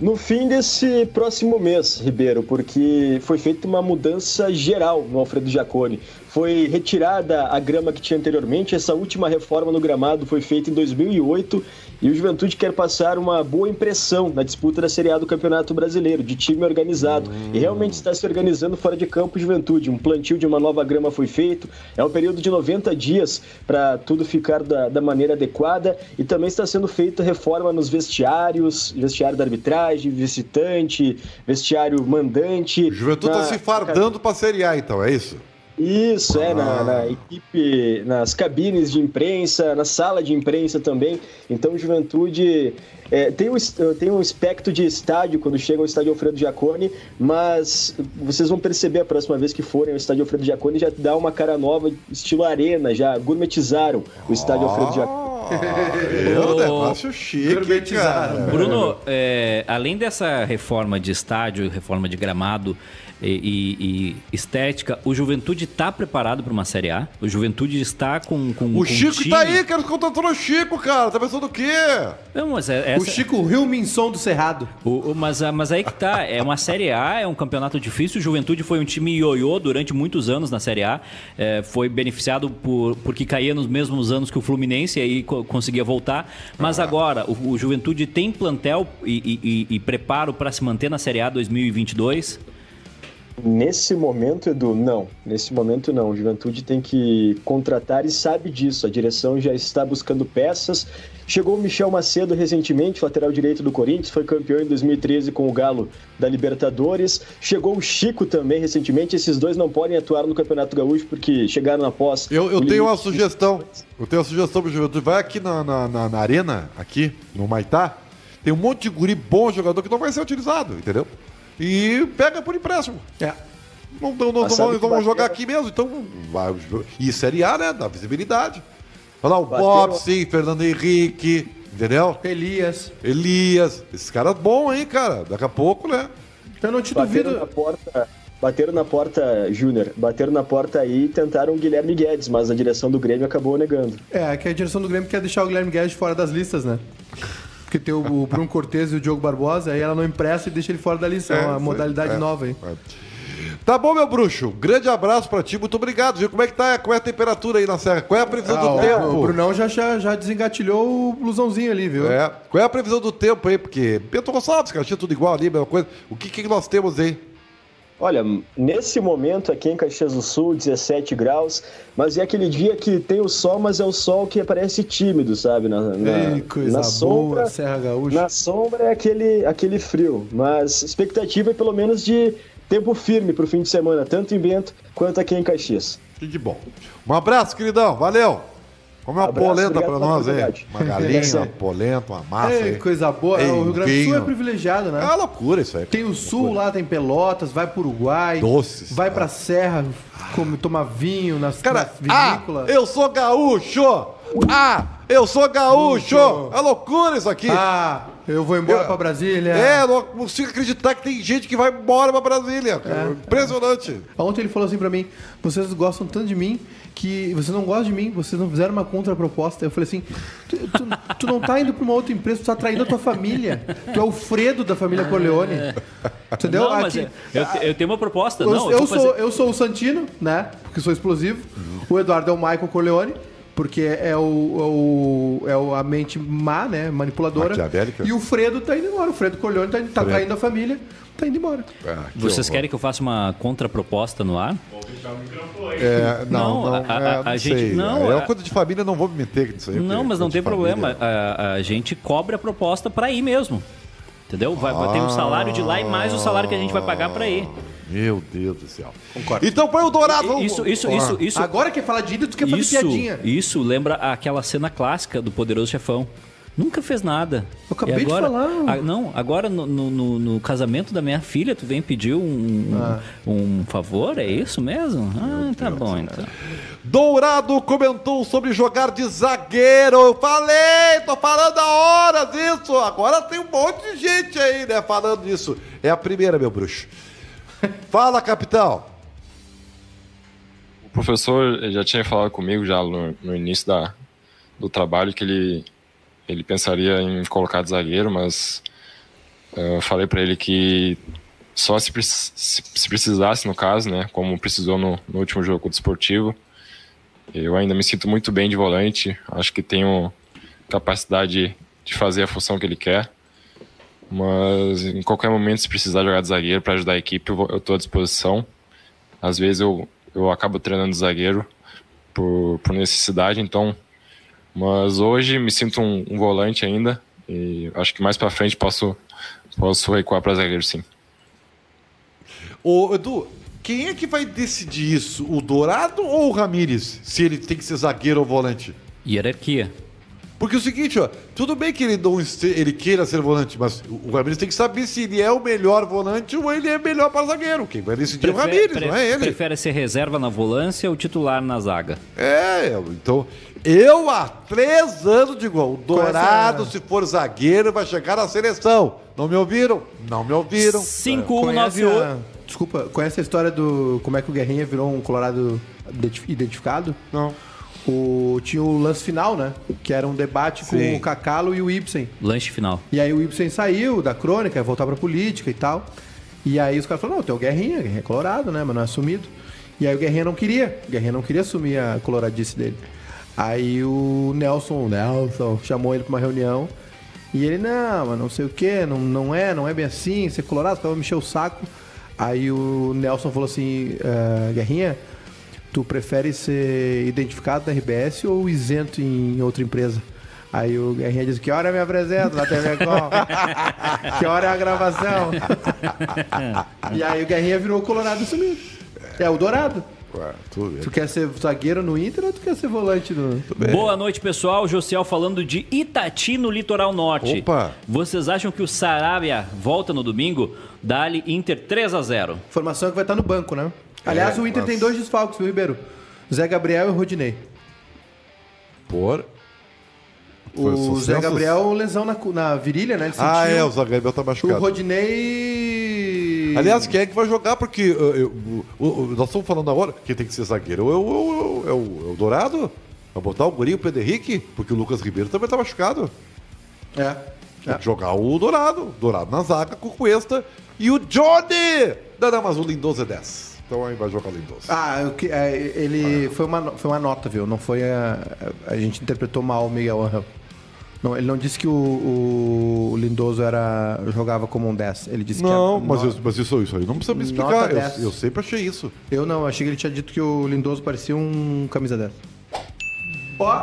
[SPEAKER 6] No fim desse próximo mês, Ribeiro, porque foi feita uma mudança geral no Alfredo Jacone. Foi retirada a grama que tinha anteriormente, essa última reforma no gramado foi feita em 2008 e o Juventude quer passar uma boa impressão na disputa da Série A do Campeonato Brasileiro, de time organizado. E realmente está se organizando fora de campo, Juventude. Um plantio de uma nova grama foi feito, é um período de 90 dias para tudo ficar da, da maneira adequada e também está sendo feita reforma nos vestiários, vestiário da arbitragem, visitante, vestiário mandante.
[SPEAKER 1] O Juventude tá
[SPEAKER 6] Na-
[SPEAKER 1] se fardando pra Série A, então, é isso?
[SPEAKER 6] Isso, é,
[SPEAKER 1] Ah.
[SPEAKER 6] na, na equipe, nas cabines de imprensa, na sala de imprensa também. Então, Juventude é, tem, um, es- tem um espectro de estádio quando chega ao estádio Alfredo Giacone, mas vocês vão perceber a próxima vez que forem ao estádio Alfredo Giacone, já dá uma cara nova, estilo arena, já gourmetizaram o estádio Alfredo Giacone.
[SPEAKER 1] É um negócio chique,
[SPEAKER 2] Gourmetizaram.
[SPEAKER 1] cara.
[SPEAKER 3] Bruno, é, além dessa reforma de estádio, reforma de gramado e, e- e estética, o Juventude está preparado para uma Série A? O Juventude está com, com com
[SPEAKER 1] O Chico
[SPEAKER 3] time?
[SPEAKER 1] tá aí, cara. Contratou o Chico, cara. Tá pensando o quê?
[SPEAKER 3] Não, mas, é-
[SPEAKER 2] O
[SPEAKER 3] essa-
[SPEAKER 2] Chico Rilminson do Cerrado.
[SPEAKER 3] o- o- mas, a- mas aí que tá. É uma Série A, é um campeonato difícil. O Juventude foi um time ioiô durante muitos anos na Série A. É, foi beneficiado por, porque caía nos mesmos anos que o Fluminense e aí co- conseguia voltar. Mas agora, o, o Juventude tem plantel e, e- e- e preparo para se manter na Série A 2022?
[SPEAKER 6] Nesse momento, Edu, não. Nesse momento, não. O Juventude tem que contratar e sabe disso. A direção já está buscando peças. Chegou o Michel Macedo recentemente, lateral direito do Corinthians, foi campeão em 2013 com o Galo da Libertadores. Chegou o Chico também recentemente. Esses dois não podem atuar no Campeonato Gaúcho porque chegaram na pós.
[SPEAKER 1] Eu, eu
[SPEAKER 6] o
[SPEAKER 1] tenho uma
[SPEAKER 6] limite-
[SPEAKER 1] sugestão. Eu tenho uma sugestão pro Juventude. Vai aqui na, na, na- na arena, aqui, no Maitá. Tem um monte de guri bom jogador que não vai ser utilizado, entendeu? E pega por empréstimo.
[SPEAKER 2] É.
[SPEAKER 1] Não, não, não,
[SPEAKER 6] Mas sabe
[SPEAKER 1] não
[SPEAKER 6] que
[SPEAKER 1] vamos jogar
[SPEAKER 6] bateram-
[SPEAKER 1] aqui mesmo, então vai. E Série A, né? Dá visibilidade. Olha lá, o
[SPEAKER 6] Bateram-
[SPEAKER 1] Bob, sim, Fernando Henrique, entendeu?
[SPEAKER 2] Elias.
[SPEAKER 1] Elias. Esses caras bons, hein, cara? Daqui a pouco, né?
[SPEAKER 2] Eu não te
[SPEAKER 6] Bateram
[SPEAKER 2] duvido.
[SPEAKER 6] na porta, bateram na porta, Júnior. Bateram na porta aí e tentaram o Guilherme Guedes, mas a direção do Grêmio acabou negando.
[SPEAKER 2] É, que a direção do Grêmio quer deixar o Guilherme Guedes fora das listas, né? Porque tem o o Bruno Cortes e o Diogo Barbosa, aí ela não empresta e deixa ele fora da lista. É,
[SPEAKER 1] É,
[SPEAKER 2] uma
[SPEAKER 1] foi-
[SPEAKER 2] modalidade
[SPEAKER 1] é.
[SPEAKER 2] nova aí.
[SPEAKER 1] Tá bom, meu bruxo. Grande abraço pra ti, muito obrigado, viu? Como é que tá? Qual é a temperatura aí na serra? Qual é a previsão
[SPEAKER 2] Ah,
[SPEAKER 1] do
[SPEAKER 2] o-
[SPEAKER 1] tempo?
[SPEAKER 2] O Brunão já, já, já desengatilhou o blusãozinho ali, viu?
[SPEAKER 1] É. Qual é a previsão do tempo aí? Porque Bento Gonçalves, cara, tinha tudo igual ali, mesma coisa. O que, que nós temos aí?
[SPEAKER 6] Olha, nesse momento aqui em Caxias do Sul, 17 graus, mas é aquele dia que tem o sol, mas é o sol que parece tímido, sabe? Na, na,
[SPEAKER 2] Ei, coisa
[SPEAKER 6] na
[SPEAKER 2] boa,
[SPEAKER 6] sombra,
[SPEAKER 2] Serra Gaúcha.
[SPEAKER 6] na sombra é aquele, aquele frio, mas expectativa é pelo menos de tempo firme para o fim de semana, tanto em Bento quanto aqui em Caxias.
[SPEAKER 1] Tudo de bom. Um abraço, queridão. Valeu. Come uma
[SPEAKER 6] Abraço,
[SPEAKER 1] polenta
[SPEAKER 6] obrigado
[SPEAKER 1] pra
[SPEAKER 6] pela
[SPEAKER 1] nós aí.
[SPEAKER 6] oportunidade.
[SPEAKER 1] Uma galinha,
[SPEAKER 6] [LAUGHS]
[SPEAKER 1] uma polenta, uma massa.
[SPEAKER 2] Ei,
[SPEAKER 1] aí.
[SPEAKER 2] coisa boa.
[SPEAKER 1] Ei,
[SPEAKER 2] o Rio Grande do Sul é
[SPEAKER 1] vinho.
[SPEAKER 2] privilegiado,
[SPEAKER 1] É
[SPEAKER 2] né?
[SPEAKER 1] uma loucura isso aí.
[SPEAKER 2] Tem o sul lá, tem Pelotas, vai pro Uruguai.
[SPEAKER 1] Doces,
[SPEAKER 2] Vai
[SPEAKER 1] cara.
[SPEAKER 2] pra Serra, come, tomar vinho nas,
[SPEAKER 1] Cara,
[SPEAKER 2] nas
[SPEAKER 1] ah,
[SPEAKER 2] vinícolas.
[SPEAKER 1] eu sou gaúcho! Ah, eu sou gaúcho! É loucura isso aqui!
[SPEAKER 2] Ah, eu vou embora
[SPEAKER 1] Eu-
[SPEAKER 2] pra Brasília.
[SPEAKER 1] É, eu não consigo acreditar que tem gente que vai embora pra Brasília.
[SPEAKER 2] É.
[SPEAKER 1] Impressionante.
[SPEAKER 2] Ontem ele falou assim pra mim: vocês gostam tanto de mim que vocês não gostam de mim, vocês não fizeram uma contraproposta. Eu falei assim: tu, tu- tu não tá indo pra uma outra empresa, tu tá traindo a tua família. Tu é o Fredo da família Corleone. Entendeu?
[SPEAKER 3] É. Não, mas é-
[SPEAKER 2] Aqui-
[SPEAKER 3] eu, eu te- eu tenho uma proposta.
[SPEAKER 2] Eu,
[SPEAKER 3] não,
[SPEAKER 2] eu
[SPEAKER 3] vou
[SPEAKER 2] sou,
[SPEAKER 3] fazer-
[SPEAKER 2] eu sou o Santino, né? Porque sou explosivo. O Eduardo é o Michael Corleone, porque é o, é o- é o- a mente má, né? Manipuladora.
[SPEAKER 1] Maquiavélica.
[SPEAKER 2] E o Fredo tá indo embora. O Fredo Corleone tá, tá traindo a família, tá indo embora.
[SPEAKER 1] Ah, que
[SPEAKER 3] Vocês
[SPEAKER 1] horror.
[SPEAKER 3] querem que eu faça uma contraproposta no ar?
[SPEAKER 1] É, não, não,
[SPEAKER 3] Não, a- a-
[SPEAKER 1] é, não
[SPEAKER 3] a gente-
[SPEAKER 1] sei.
[SPEAKER 3] não,
[SPEAKER 1] é uma
[SPEAKER 3] a-
[SPEAKER 1] coisa de família, não vou me meter nisso aí.
[SPEAKER 3] Não,
[SPEAKER 1] porque
[SPEAKER 3] mas não
[SPEAKER 1] coisa
[SPEAKER 3] tem
[SPEAKER 1] de família.
[SPEAKER 3] problema. A, a gente cobre a proposta pra ir mesmo. Entendeu? Vai, vai ter um salário de lá e mais o salário que a gente vai pagar pra ir.
[SPEAKER 1] Meu Deus do céu. Então põe o Dourado. vamos-
[SPEAKER 3] Isso, isso, isso, isso.
[SPEAKER 2] Ah. Agora quer falar de ida, tu quer fazer
[SPEAKER 3] isso,
[SPEAKER 2] piadinha.
[SPEAKER 3] isso lembra aquela cena clássica do Poderoso Chefão. Nunca fez nada.
[SPEAKER 2] Eu acabei
[SPEAKER 3] E
[SPEAKER 2] de
[SPEAKER 3] agora,
[SPEAKER 2] falar.
[SPEAKER 3] a- não, agora no, no- no- no casamento da minha filha, tu vem pedir um,
[SPEAKER 2] Ah.
[SPEAKER 3] um favor? É isso mesmo? Ah, tá bom então.
[SPEAKER 1] Dourado comentou sobre jogar de zagueiro. Eu falei, tô falando há horas isso. Agora tem um monte de gente aí, né, falando isso. É a primeira, meu
[SPEAKER 3] [LAUGHS]
[SPEAKER 1] bruxo. Fala, capitão.
[SPEAKER 7] O professor eh, já tinha falado comigo já no, no início da, do trabalho que ele, ele pensaria em colocar de zagueiro, mas eh, eu falei para ele que só se, precis- se, se precisasse, no caso, né, como precisou no, no último jogo contra o esportivo. Eu ainda me sinto muito bem de volante, acho que tenho capacidade de fazer a função que ele quer. Mas em qualquer momento, se precisar jogar de zagueiro para ajudar a equipe, eu vou- eu estou à disposição. Às vezes eu, eu acabo treinando zagueiro por, por necessidade, então. Mas hoje me sinto um, um volante ainda e acho que mais pra frente posso, posso recuar pra zagueiro sim.
[SPEAKER 1] Ô, Edu, quem é que vai decidir isso? O Dourado ou o Ramírez? Se ele tem que ser zagueiro ou volante?
[SPEAKER 3] Hierarquia.
[SPEAKER 1] Porque é o seguinte, ó, tudo bem que ele, não este- ele queira ser volante, mas o Ramires tem que saber se ele é o melhor volante ou ele é melhor para zagueiro. Quem vai decidir é o Ramires,
[SPEAKER 3] Prefe-
[SPEAKER 1] não é ele.
[SPEAKER 3] Prefere ser reserva na volância ou titular na zaga?
[SPEAKER 1] É, então, eu há três anos digo, ó, o Dourado,
[SPEAKER 2] essa-
[SPEAKER 1] se for zagueiro, vai chegar à seleção. Não me ouviram? Não me ouviram.
[SPEAKER 2] Ah, Conhece
[SPEAKER 3] 5198.
[SPEAKER 2] a- Desculpa, conhece a história do como é que o Guerrinha virou um colorado identif- identificado?
[SPEAKER 1] Não.
[SPEAKER 2] O, tinha o lance final, né? Que era um debate
[SPEAKER 1] Sim.
[SPEAKER 2] com o Cacalo e o Ibsen.
[SPEAKER 3] Lanche final.
[SPEAKER 2] E aí o Ibsen saiu da crônica, ia voltar pra política e tal. E aí os caras falaram, não, tem o Guerrinha, o Guerrinha é colorado, né? Mas não é assumido. E aí o Guerrinha não queria. O Guerrinha não queria assumir a coloradice dele. Aí o Nelson, o Nelson, chamou ele pra uma reunião. E ele, não, mas não sei o que, não, não é, não é bem assim, ser colorado, tava mexer o saco. Aí o Nelson falou assim, "Ah, Guerrinha, tu prefere ser identificado na RBS ou isento em outra empresa? Aí o Guerrinha disse, que hora eu me apresento na TV Com? [LAUGHS] que hora é a gravação? e aí o Guerrinha virou o Colorado sumido. É o Dourado.
[SPEAKER 1] Ué, tudo bem.
[SPEAKER 2] Tu quer ser zagueiro no Inter ou tu quer ser volante no...
[SPEAKER 1] É.
[SPEAKER 3] Boa noite, pessoal. Josiel falando de Itati, no litoral norte.
[SPEAKER 1] Opa.
[SPEAKER 3] Vocês acham que o Sarabia volta no domingo? Dali Inter 3 a 0
[SPEAKER 2] Formação que vai estar no banco, né? Aliás, o Inter
[SPEAKER 1] É, mas-
[SPEAKER 2] tem dois desfalques, viu, Ribeiro? Zé Gabriel e Rodinei.
[SPEAKER 1] Por... Foi
[SPEAKER 2] O
[SPEAKER 1] sucesso?
[SPEAKER 2] Zé Gabriel, lesão na, cu- na virilha, né? Ele sentiu.
[SPEAKER 1] Ah, é, o Zagueiro tá
[SPEAKER 2] O
[SPEAKER 1] machucado.
[SPEAKER 2] Rodinei.
[SPEAKER 1] Aliás, quem é que vai jogar? Porque uh, eu- o- o- nós estamos falando agora, quem tem que ser zagueiro é o, é o- é o- é o Dourado. Vai botar o Guri, o Pedro Henrique, porque o Lucas Ribeiro também tá machucado.
[SPEAKER 2] É.
[SPEAKER 1] Tem
[SPEAKER 2] é.
[SPEAKER 1] que jogar o Dourado. Dourado na zaga, com o Cuesta e o Johnny! Não, não, mas o Lindoso é 10. Então aí vai jogar o Lindoso.
[SPEAKER 2] Ah, o que- é, ele foi uma, no- foi uma nota, viu? Não foi a. A gente interpretou mal o Miguel Angel. Não, ele não disse que o, o Lindoso era, jogava como um 10. Ele disse
[SPEAKER 1] Não,
[SPEAKER 2] que um
[SPEAKER 1] mas,
[SPEAKER 2] no-
[SPEAKER 1] eu- mas isso, isso aí não precisa me
[SPEAKER 2] Nota
[SPEAKER 1] explicar. Eu,
[SPEAKER 2] 10.
[SPEAKER 1] eu sempre achei isso.
[SPEAKER 2] eu não, achei que ele tinha dito que o Lindoso parecia um camisa 10. Ó,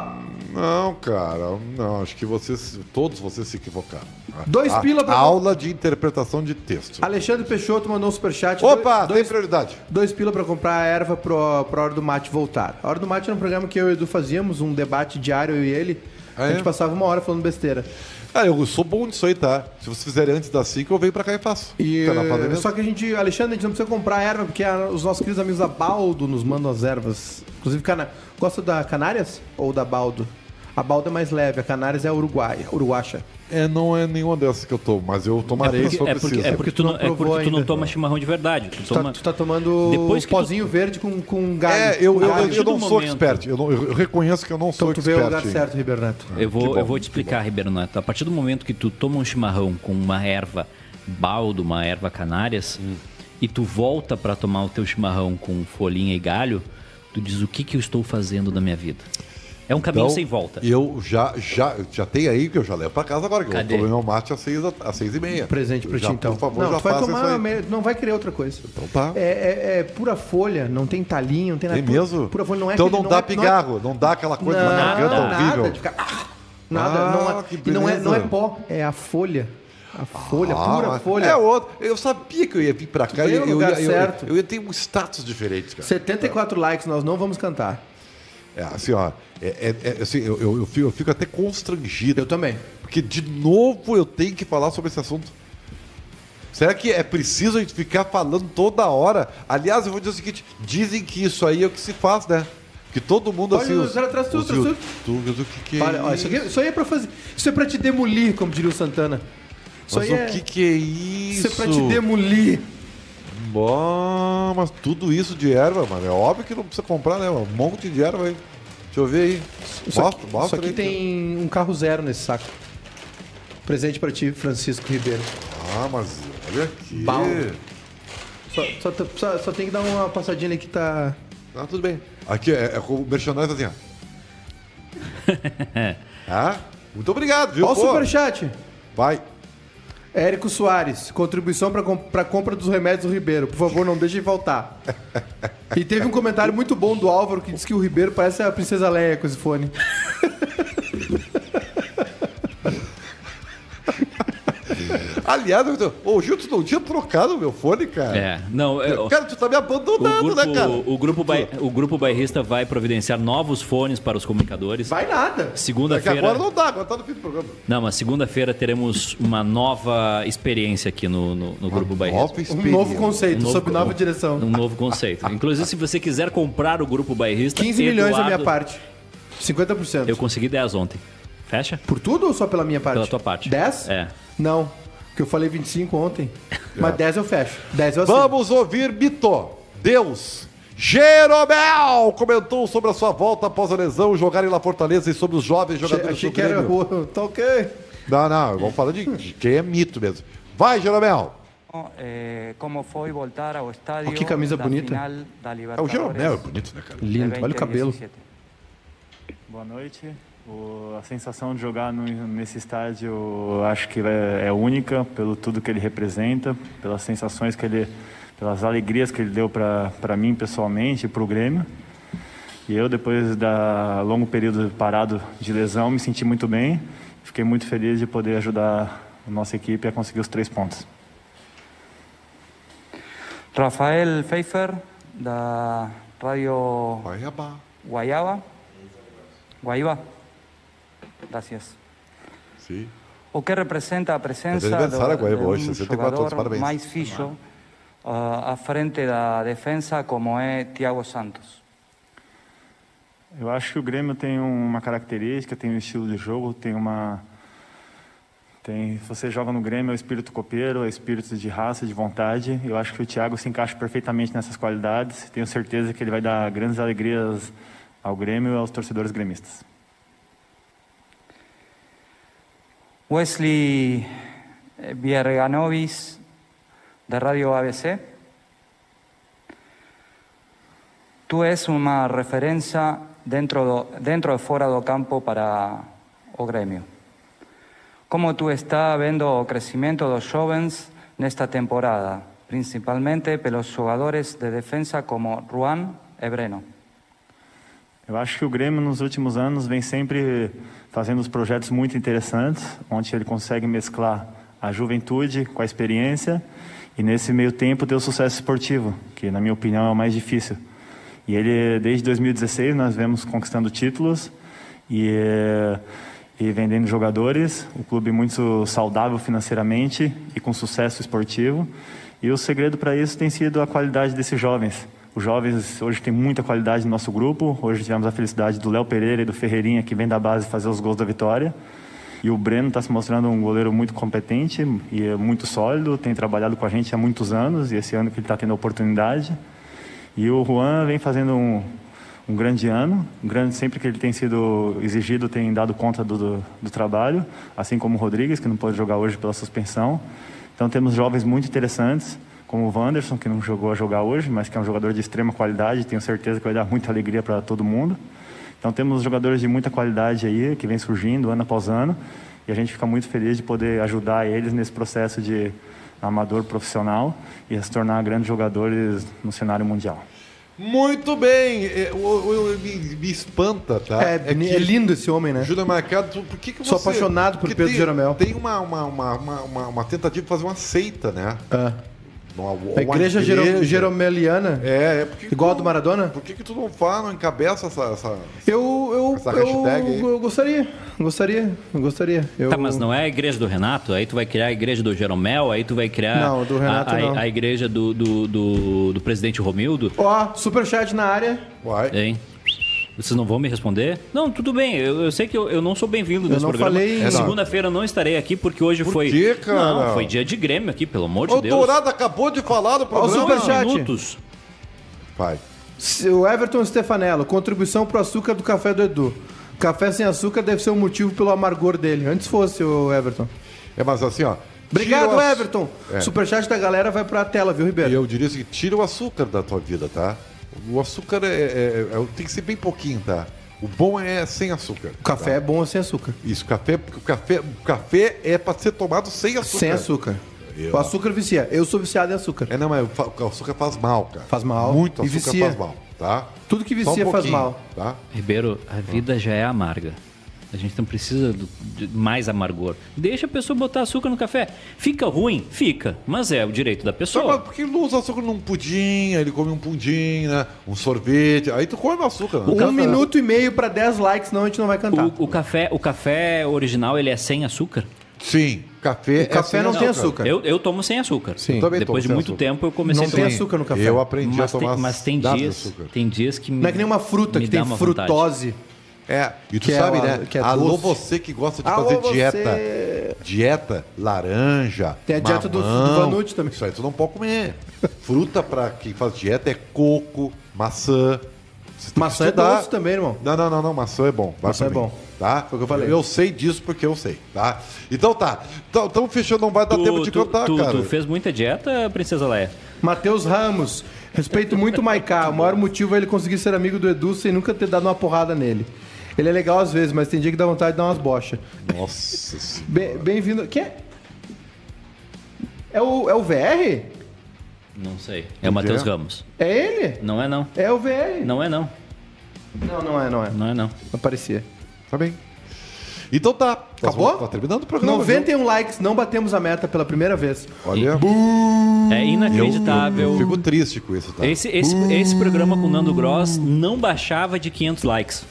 [SPEAKER 1] Não, cara, não. Acho que vocês, todos vocês se equivocaram.
[SPEAKER 2] Dois
[SPEAKER 1] A-
[SPEAKER 2] pila pra-
[SPEAKER 1] Aula de interpretação de texto.
[SPEAKER 2] Alexandre Peixoto mandou um superchat.
[SPEAKER 1] Opa,
[SPEAKER 2] dois,
[SPEAKER 1] tem prioridade.
[SPEAKER 2] Dois pila pra comprar a erva pro, pra Hora do Mate voltar. A Hora do Mate era um programa que eu e o Edu fazíamos, um debate diário, eu e ele.
[SPEAKER 1] Ah,
[SPEAKER 2] a
[SPEAKER 1] é?
[SPEAKER 2] gente passava uma hora falando besteira.
[SPEAKER 1] Ah, eu sou bom nisso aí, tá? Se vocês fizerem antes das 5, eu venho pra cá e faço.
[SPEAKER 2] E,
[SPEAKER 1] Tá na fazenda?
[SPEAKER 2] só que a gente, Alexandre, a gente não precisa comprar erva, porque a- os nossos queridos amigos da Baldo nos mandam as ervas. Inclusive, cana, gosta da Canárias ou da Baldo? A Baldo é mais leve, a Canárias é a Uruguaia, Uruguacha.
[SPEAKER 1] É, não é nenhuma dessas que eu tomo, mas eu
[SPEAKER 3] É
[SPEAKER 1] tomarei se
[SPEAKER 3] porque,
[SPEAKER 1] for
[SPEAKER 3] é, porque,
[SPEAKER 1] preciso.
[SPEAKER 3] é porque tu não, é
[SPEAKER 2] provou
[SPEAKER 3] porque tu não
[SPEAKER 2] ainda.
[SPEAKER 3] toma chimarrão de verdade. Tu
[SPEAKER 2] Tu,
[SPEAKER 3] toma...
[SPEAKER 2] tá, tu tá tomando
[SPEAKER 3] Depois que tu-
[SPEAKER 2] pozinho verde com, com galho.
[SPEAKER 1] É, eu,
[SPEAKER 2] com
[SPEAKER 1] eu,
[SPEAKER 2] galho.
[SPEAKER 1] eu, não
[SPEAKER 3] do
[SPEAKER 1] sou
[SPEAKER 3] momento.
[SPEAKER 1] expert. Eu, não- eu reconheço que eu não
[SPEAKER 2] Então
[SPEAKER 1] sou
[SPEAKER 2] tu vê o
[SPEAKER 1] expert.
[SPEAKER 2] lugar
[SPEAKER 1] em-
[SPEAKER 2] certo, Ribeiro Neto.
[SPEAKER 3] Eu vou,
[SPEAKER 1] bom,
[SPEAKER 3] eu vou te explicar, Ribeiro Neto. A partir do momento que tu toma um chimarrão com uma erva baldo, uma erva canárias,
[SPEAKER 1] Hum.
[SPEAKER 3] e tu volta pra tomar o teu chimarrão com folhinha e galho, tu diz o que que eu estou fazendo da minha vida. É um caminho
[SPEAKER 1] Então,
[SPEAKER 3] sem volta.
[SPEAKER 1] Eu já, já, já tem aí que eu já levo pra casa agora, que
[SPEAKER 3] Cadê?
[SPEAKER 1] eu vou tomar meu mate às seis, da- às seis e meia.
[SPEAKER 2] Presente pra
[SPEAKER 1] já,
[SPEAKER 2] ti, então.
[SPEAKER 1] Por favor,
[SPEAKER 2] não,
[SPEAKER 1] já
[SPEAKER 2] tu vai
[SPEAKER 1] faça
[SPEAKER 2] tomar,
[SPEAKER 1] isso aí.
[SPEAKER 2] me- não vai querer outra coisa.
[SPEAKER 1] Então tá.
[SPEAKER 2] É, é- é pura folha, não tem talinho, não tem nada.
[SPEAKER 1] Tem
[SPEAKER 2] Pura-
[SPEAKER 1] mesmo?
[SPEAKER 2] Pura folha não é
[SPEAKER 1] então
[SPEAKER 2] aquele-
[SPEAKER 1] não dá
[SPEAKER 2] é- é-
[SPEAKER 1] pigarro, não dá aquela coisa na garganta é
[SPEAKER 2] não,
[SPEAKER 1] horrível.
[SPEAKER 2] nada, de ficar, ah, nada,
[SPEAKER 1] Ah,
[SPEAKER 2] não, é,
[SPEAKER 1] que
[SPEAKER 2] e não é,
[SPEAKER 1] beleza.
[SPEAKER 2] não é pó, é a folha. A folha,
[SPEAKER 1] Ah,
[SPEAKER 2] pura
[SPEAKER 1] mas-
[SPEAKER 2] folha.
[SPEAKER 1] É outro. Eu sabia que eu ia vir pra cá.
[SPEAKER 2] veio
[SPEAKER 1] Eu,
[SPEAKER 2] no
[SPEAKER 1] eu,
[SPEAKER 2] lugar
[SPEAKER 1] ia- eu,
[SPEAKER 2] certo.
[SPEAKER 1] eu, eu ia ter um status diferente, cara.
[SPEAKER 2] 74 likes, nós não vamos cantar.
[SPEAKER 1] É, assim, ó. É, é- é, assim, eu, eu, eu fico, eu fico até constrangido.
[SPEAKER 2] Eu também.
[SPEAKER 1] Porque, de novo, eu tenho que falar sobre esse assunto. Será que é preciso a gente ficar falando toda hora? Aliás, eu vou dizer o seguinte: dizem que isso aí é o que se faz, né? Que todo mundo
[SPEAKER 2] Olha,
[SPEAKER 1] assim.
[SPEAKER 2] o cara traz tudo,
[SPEAKER 1] os
[SPEAKER 2] traz tudo.
[SPEAKER 1] youtubers, o que que é
[SPEAKER 2] Olha, ó, isso, aqui- isso aí é pra fazer. Isso é pra te demolir, como diria o Santana. Isso
[SPEAKER 1] Mas
[SPEAKER 2] aí
[SPEAKER 1] o
[SPEAKER 2] é,
[SPEAKER 1] que que é isso?
[SPEAKER 2] isso é pra te demolir.
[SPEAKER 1] Bom, mas tudo isso de erva, mano. É óbvio que não precisa comprar, né? mano? Um monte de erva aí. Deixa eu ver aí.
[SPEAKER 2] Isso
[SPEAKER 1] Mostra,
[SPEAKER 2] aqui,
[SPEAKER 1] mostra
[SPEAKER 2] isso aqui
[SPEAKER 1] aí.
[SPEAKER 2] tem um carro zero nesse saco. Presente pra ti, Francisco Ribeiro.
[SPEAKER 1] Ah, mas olha aqui.
[SPEAKER 2] Balde. Só, só, só- só tem que dar uma passadinha ali que tá.
[SPEAKER 1] Ah, tudo bem. Aqui é, é com o merchandise
[SPEAKER 3] [LAUGHS]
[SPEAKER 1] assim, ó. ah, muito obrigado, viu?
[SPEAKER 2] Ó o
[SPEAKER 1] Pô,
[SPEAKER 2] superchat!
[SPEAKER 1] Vai.
[SPEAKER 2] Érico Soares, contribuição para a compra dos remédios do Ribeiro. Por favor, não
[SPEAKER 1] [LAUGHS]
[SPEAKER 2] deixem faltar. E teve um comentário muito bom do Álvaro que disse que o Ribeiro parece a Princesa Leia com esse fone.
[SPEAKER 1] Aliás, eu tô... Ô, Gil, tu não tinha trocado meu fone, cara?
[SPEAKER 3] É, não, é, o,
[SPEAKER 1] Cara, tu tá me
[SPEAKER 3] o
[SPEAKER 1] abandonando,
[SPEAKER 3] grupo,
[SPEAKER 1] né, cara?
[SPEAKER 3] o, grupo bai- o grupo bairrista vai providenciar novos fones para os comunicadores.
[SPEAKER 2] Vai nada.
[SPEAKER 1] É que
[SPEAKER 3] Segunda-feira.
[SPEAKER 1] agora não dá, agora tá no fim do programa.
[SPEAKER 3] Não, mas segunda-feira teremos uma nova experiência aqui no, no, no grupo bairrista.
[SPEAKER 1] Nova
[SPEAKER 2] Um
[SPEAKER 1] experiência.
[SPEAKER 2] novo conceito,
[SPEAKER 3] Um novo-
[SPEAKER 2] sob nova
[SPEAKER 3] um-
[SPEAKER 2] direção.
[SPEAKER 3] Um novo conceito. Inclusive, se você quiser comprar o grupo bairrista.
[SPEAKER 2] 15 milhões da minha
[SPEAKER 3] Eduardo-
[SPEAKER 2] parte. 50%.
[SPEAKER 3] Eu consegui 10 ontem. Fecha?
[SPEAKER 2] Por tudo ou só pela minha parte?
[SPEAKER 3] Pela tua parte.
[SPEAKER 2] 10?
[SPEAKER 3] É.
[SPEAKER 2] Não, porque eu falei
[SPEAKER 1] [LAUGHS]
[SPEAKER 2] 25 ontem. Mas 10 eu fecho. 10 eu assino.
[SPEAKER 1] É. Vamos ouvir Bito. Deus. Jeromel comentou sobre a sua volta após a lesão, jogar em La Fortaleza e sobre os jovens
[SPEAKER 2] Achei,
[SPEAKER 1] jogadores
[SPEAKER 2] achei
[SPEAKER 1] do
[SPEAKER 2] que era...
[SPEAKER 1] Grêmio.
[SPEAKER 2] [LAUGHS] Tá ok.
[SPEAKER 1] Não, não, vamos falar de, de quem é mito mesmo. Vai, Jeromel.
[SPEAKER 4] Eh, ¿Cómo fue voltar ao estádio
[SPEAKER 2] Oh, que camisa
[SPEAKER 4] da
[SPEAKER 2] bonita. Ah,
[SPEAKER 4] final da
[SPEAKER 1] É o
[SPEAKER 4] Libertadores
[SPEAKER 1] Jeromel, é bonito, né, cara?
[SPEAKER 4] de
[SPEAKER 2] Lindo, olha o cabelo.
[SPEAKER 4] 2017?
[SPEAKER 8] Boa noite. O- a sensação de jogar no- nesse estádio eu acho que é, é única, pelo tudo que ele representa, pelas sensações que ele. pelas alegrias que ele deu para mim pessoalmente e para o Grêmio. E eu, depois da longo período parado de lesão, me senti muito bem. Fiquei muito feliz de poder ajudar a nossa equipe a conseguir os três pontos.
[SPEAKER 4] Rafael Pfeiffer, da Rádio
[SPEAKER 1] Guaiabá.
[SPEAKER 4] Guaiaba. Guaiba. Gracias.
[SPEAKER 1] Sim.
[SPEAKER 4] O que representa a presença
[SPEAKER 1] Mas é aniversário
[SPEAKER 4] do,
[SPEAKER 1] agora,
[SPEAKER 4] de
[SPEAKER 1] hoje,
[SPEAKER 4] um
[SPEAKER 1] 64 anos,
[SPEAKER 4] jogador
[SPEAKER 1] parabéns.
[SPEAKER 4] mais fixo ah, à frente da defesa como é Thiago Santos.
[SPEAKER 8] Eu acho que o Grêmio tem uma característica, tem um estilo de jogo, tem uma. Tem, você joga no Grêmio, é o espírito copeiro, é o espírito de raça, de vontade. Eu acho que o Thiago se encaixa perfeitamente nessas qualidades. Tenho certeza que ele vai dar grandes alegrias ao Grêmio e aos torcedores gremistas.
[SPEAKER 4] Wesley Vierganovis, de Radio ABC. Tú es una referencia dentro, do- dentro e fora do campo para o gremio. como tú está vendo o crecimiento dos jóvenes nesta temporada, principalmente pelos jugadores de defensa como Juan e Breno.
[SPEAKER 8] Eu acho que o Grêmio nos últimos anos vem sempre fazendo os projetos muito interessantes, onde ele consegue mesclar a juventude com a experiência e nesse meio tempo ter o sucesso esportivo, que na minha opinião é o mais difícil. E ele desde 2016 nós vemos conquistando títulos e e vendendo jogadores, o clube muito saudável financeiramente e com sucesso esportivo. E o segredo para isso tem sido a qualidade desses jovens. Os jovens hoje têm muita qualidade no nosso grupo. Hoje tivemos a felicidade do Léo Pereira e do Ferreirinha, que vem da base fazer os gols da vitória. E o Breno está se mostrando um goleiro muito competente e é muito sólido, tem trabalhado com a gente há muitos anos e esse ano que ele está tendo a oportunidade. E o Juan vem fazendo um, um grande ano, um grande sempre que ele tem sido exigido, tem dado conta do, do, do trabalho, assim como o Rodrigues, que não pode jogar hoje pela suspensão. Então temos jovens muito interessantes, como o Wanderson, que não jogou a jogar hoje, mas que é um jogador de extrema qualidade, tenho certeza que vai dar muita alegria para todo mundo. Então temos jogadores de muita qualidade aí, que vem surgindo ano após ano, e a gente fica muito feliz de poder ajudar eles nesse processo de amador profissional e se tornar grandes jogadores no cenário mundial.
[SPEAKER 1] Muito bem, é, o- o- me, me espanta, tá?
[SPEAKER 2] É,
[SPEAKER 1] que-
[SPEAKER 2] é lindo esse homem, né?
[SPEAKER 1] Júnior Mercado, tu- por que, que você.
[SPEAKER 2] Sou apaixonado por
[SPEAKER 1] porque
[SPEAKER 2] Pedro
[SPEAKER 1] tem,
[SPEAKER 2] Jeromel.
[SPEAKER 1] Tem uma, uma, uma, uma, uma- uma tentativa de fazer uma seita, né?
[SPEAKER 2] É.
[SPEAKER 1] Uma,
[SPEAKER 2] A
[SPEAKER 1] uma
[SPEAKER 2] igreja, Jero- jeromeliana,
[SPEAKER 1] É, é porque.
[SPEAKER 2] igual a
[SPEAKER 1] tu-
[SPEAKER 2] do Maradona?
[SPEAKER 1] Por que, que tu não fala, não encabeça essa. essa...
[SPEAKER 2] Eu,
[SPEAKER 1] Essa
[SPEAKER 2] eu, eu,
[SPEAKER 1] hashtag aí.
[SPEAKER 2] eu gostaria, gostaria, gostaria. Eu,
[SPEAKER 3] Tá, mas não é a igreja do Renato? Aí tu vai criar a igreja do Jeromel, aí tu vai criar
[SPEAKER 2] Não, do Renato
[SPEAKER 3] a, a,
[SPEAKER 2] não.
[SPEAKER 3] a igreja do, do, do, do presidente Romildo?
[SPEAKER 2] Ó, superchat na área.
[SPEAKER 1] Vai.
[SPEAKER 3] Hein? Vocês não vão me responder? Não, tudo bem. Eu, eu sei que eu, eu não sou bem-vindo nesse
[SPEAKER 2] não
[SPEAKER 3] programa.
[SPEAKER 2] falei em-
[SPEAKER 3] Segunda-feira eu não estarei aqui porque hoje foi.
[SPEAKER 1] quê, cara?
[SPEAKER 3] Não, foi dia de Grêmio aqui, pelo amor de
[SPEAKER 1] o
[SPEAKER 3] Deus.
[SPEAKER 1] Dourado acabou de falar do
[SPEAKER 2] Olha o
[SPEAKER 1] programa.
[SPEAKER 2] superchat.
[SPEAKER 3] minutos.
[SPEAKER 1] Vai.
[SPEAKER 2] O Everton Stefanello, contribuição pro açúcar do café do Edu. Café sem açúcar deve ser o motivo pelo amargor dele. Antes fosse, o Everton.
[SPEAKER 1] É, mas assim, ó.
[SPEAKER 2] Obrigado,
[SPEAKER 1] tira o aç-
[SPEAKER 2] Everton.
[SPEAKER 1] É.
[SPEAKER 2] Superchat da galera vai pra tela, viu,
[SPEAKER 1] E
[SPEAKER 2] Ribeiro?
[SPEAKER 1] eu diria o seguinte: tira o açúcar da tua vida, tá? O açúcar é, é- é- tem que ser bem pouquinho, tá? O bom é sem açúcar.
[SPEAKER 2] O café é bom sem açúcar.
[SPEAKER 1] Isso, café, porque o café, o café é pra ser tomado sem açúcar.
[SPEAKER 2] Sem açúcar.
[SPEAKER 1] Eu-
[SPEAKER 2] O açúcar vicia. Eu sou viciado em açúcar.
[SPEAKER 1] É, não, mas fa- o açúcar faz mal, cara.
[SPEAKER 2] Faz mal.
[SPEAKER 1] Muito
[SPEAKER 2] E
[SPEAKER 1] açúcar
[SPEAKER 2] vicia.
[SPEAKER 1] faz mal, tá?
[SPEAKER 2] Tudo que
[SPEAKER 1] Só
[SPEAKER 2] vicia faz
[SPEAKER 1] pouquinho,
[SPEAKER 2] mal.
[SPEAKER 1] Tá?
[SPEAKER 3] Ribeiro, a vida já é amarga. A gente não precisa do- de mais amargor. Deixa a pessoa botar açúcar no café. Fica ruim? Fica. Mas é o direito da
[SPEAKER 1] Só
[SPEAKER 3] pessoa.
[SPEAKER 1] mas por que ele usa açúcar num pudim, aí ele come um pudim, né? Um sorvete, aí tu come açúcar. né?
[SPEAKER 2] Um minuto e meio pra 10 likes, senão a gente não vai cantar.
[SPEAKER 3] O, o café, o café original ele é sem açúcar?
[SPEAKER 1] Sim, café é
[SPEAKER 2] O café não tem açúcar.
[SPEAKER 3] Eu, eu tomo sem açúcar.
[SPEAKER 2] Sim. Eu
[SPEAKER 1] também tomo
[SPEAKER 3] Depois de
[SPEAKER 1] sem
[SPEAKER 3] muito
[SPEAKER 1] açúcar.
[SPEAKER 3] tempo eu comecei
[SPEAKER 2] Não
[SPEAKER 3] a
[SPEAKER 2] tem
[SPEAKER 3] tomar.
[SPEAKER 2] açúcar. no café.
[SPEAKER 1] Eu aprendi
[SPEAKER 3] Mas
[SPEAKER 1] a tomar
[SPEAKER 3] tem, mas tem
[SPEAKER 1] dados de
[SPEAKER 3] dias,
[SPEAKER 1] açúcar.
[SPEAKER 3] tem dias que me,
[SPEAKER 2] Não é que nem uma fruta
[SPEAKER 3] me
[SPEAKER 2] que
[SPEAKER 3] dá
[SPEAKER 2] tem
[SPEAKER 3] uma vontade.
[SPEAKER 2] frutose.
[SPEAKER 1] É, e tu
[SPEAKER 2] Que é
[SPEAKER 1] sabe,
[SPEAKER 2] uma-
[SPEAKER 1] né?
[SPEAKER 2] que é
[SPEAKER 1] Alô,
[SPEAKER 2] doce.
[SPEAKER 1] você que gosta de
[SPEAKER 2] Alô,
[SPEAKER 1] Tipo fazer dieta.
[SPEAKER 2] você.
[SPEAKER 1] Dieta, laranja.
[SPEAKER 2] Tem a dieta do- do
[SPEAKER 1] mamão.
[SPEAKER 2] Vanucci também.
[SPEAKER 1] Isso aí tu não pode comer. Fruta pra quem faz dieta é coco, maçã. Você tem que
[SPEAKER 2] Maçã é
[SPEAKER 1] estudar.
[SPEAKER 2] doce também, irmão.
[SPEAKER 1] Não, não, não, não, maçã é bom. Vai pra
[SPEAKER 2] Maçã é
[SPEAKER 1] mim,
[SPEAKER 2] bom.
[SPEAKER 1] Tá?
[SPEAKER 2] Foi o que eu falei.
[SPEAKER 1] Eu, sei disso porque eu sei, tá? Então tá. Então então fechou, não vai dar tempo de cantar,
[SPEAKER 3] tu-
[SPEAKER 1] cara.
[SPEAKER 3] tu fez muita dieta, princesa Leia?
[SPEAKER 2] Matheus Ramos. Respeito muito o Maiká. O maior motivo é ele conseguir ser amigo do Edu sem nunca ter dado uma porrada nele. Ele é legal às vezes, mas tem dia que dá vontade de dar umas bochas.
[SPEAKER 1] Nossa senhora.
[SPEAKER 2] Bem- Bem-vindo. Quem é? É o, é o VR?
[SPEAKER 3] Não sei. É o Matheus
[SPEAKER 1] é?
[SPEAKER 3] Ramos.
[SPEAKER 2] É ele?
[SPEAKER 3] Não é não.
[SPEAKER 2] É o VR?
[SPEAKER 3] Não é não.
[SPEAKER 2] não, não é, não é.
[SPEAKER 3] Não é não.
[SPEAKER 2] Não parecia.
[SPEAKER 1] Tá bem. Então tá. Nós
[SPEAKER 2] Acabou?
[SPEAKER 1] vamos- Tá terminando o programa.
[SPEAKER 2] 91 likes, não batemos a meta pela primeira vez.
[SPEAKER 1] viu? Olha,
[SPEAKER 3] É inacreditável.
[SPEAKER 1] eu fico triste com isso, tá?
[SPEAKER 3] Esse, esse, esse programa com o Nando Gross não baixava de 500 likes.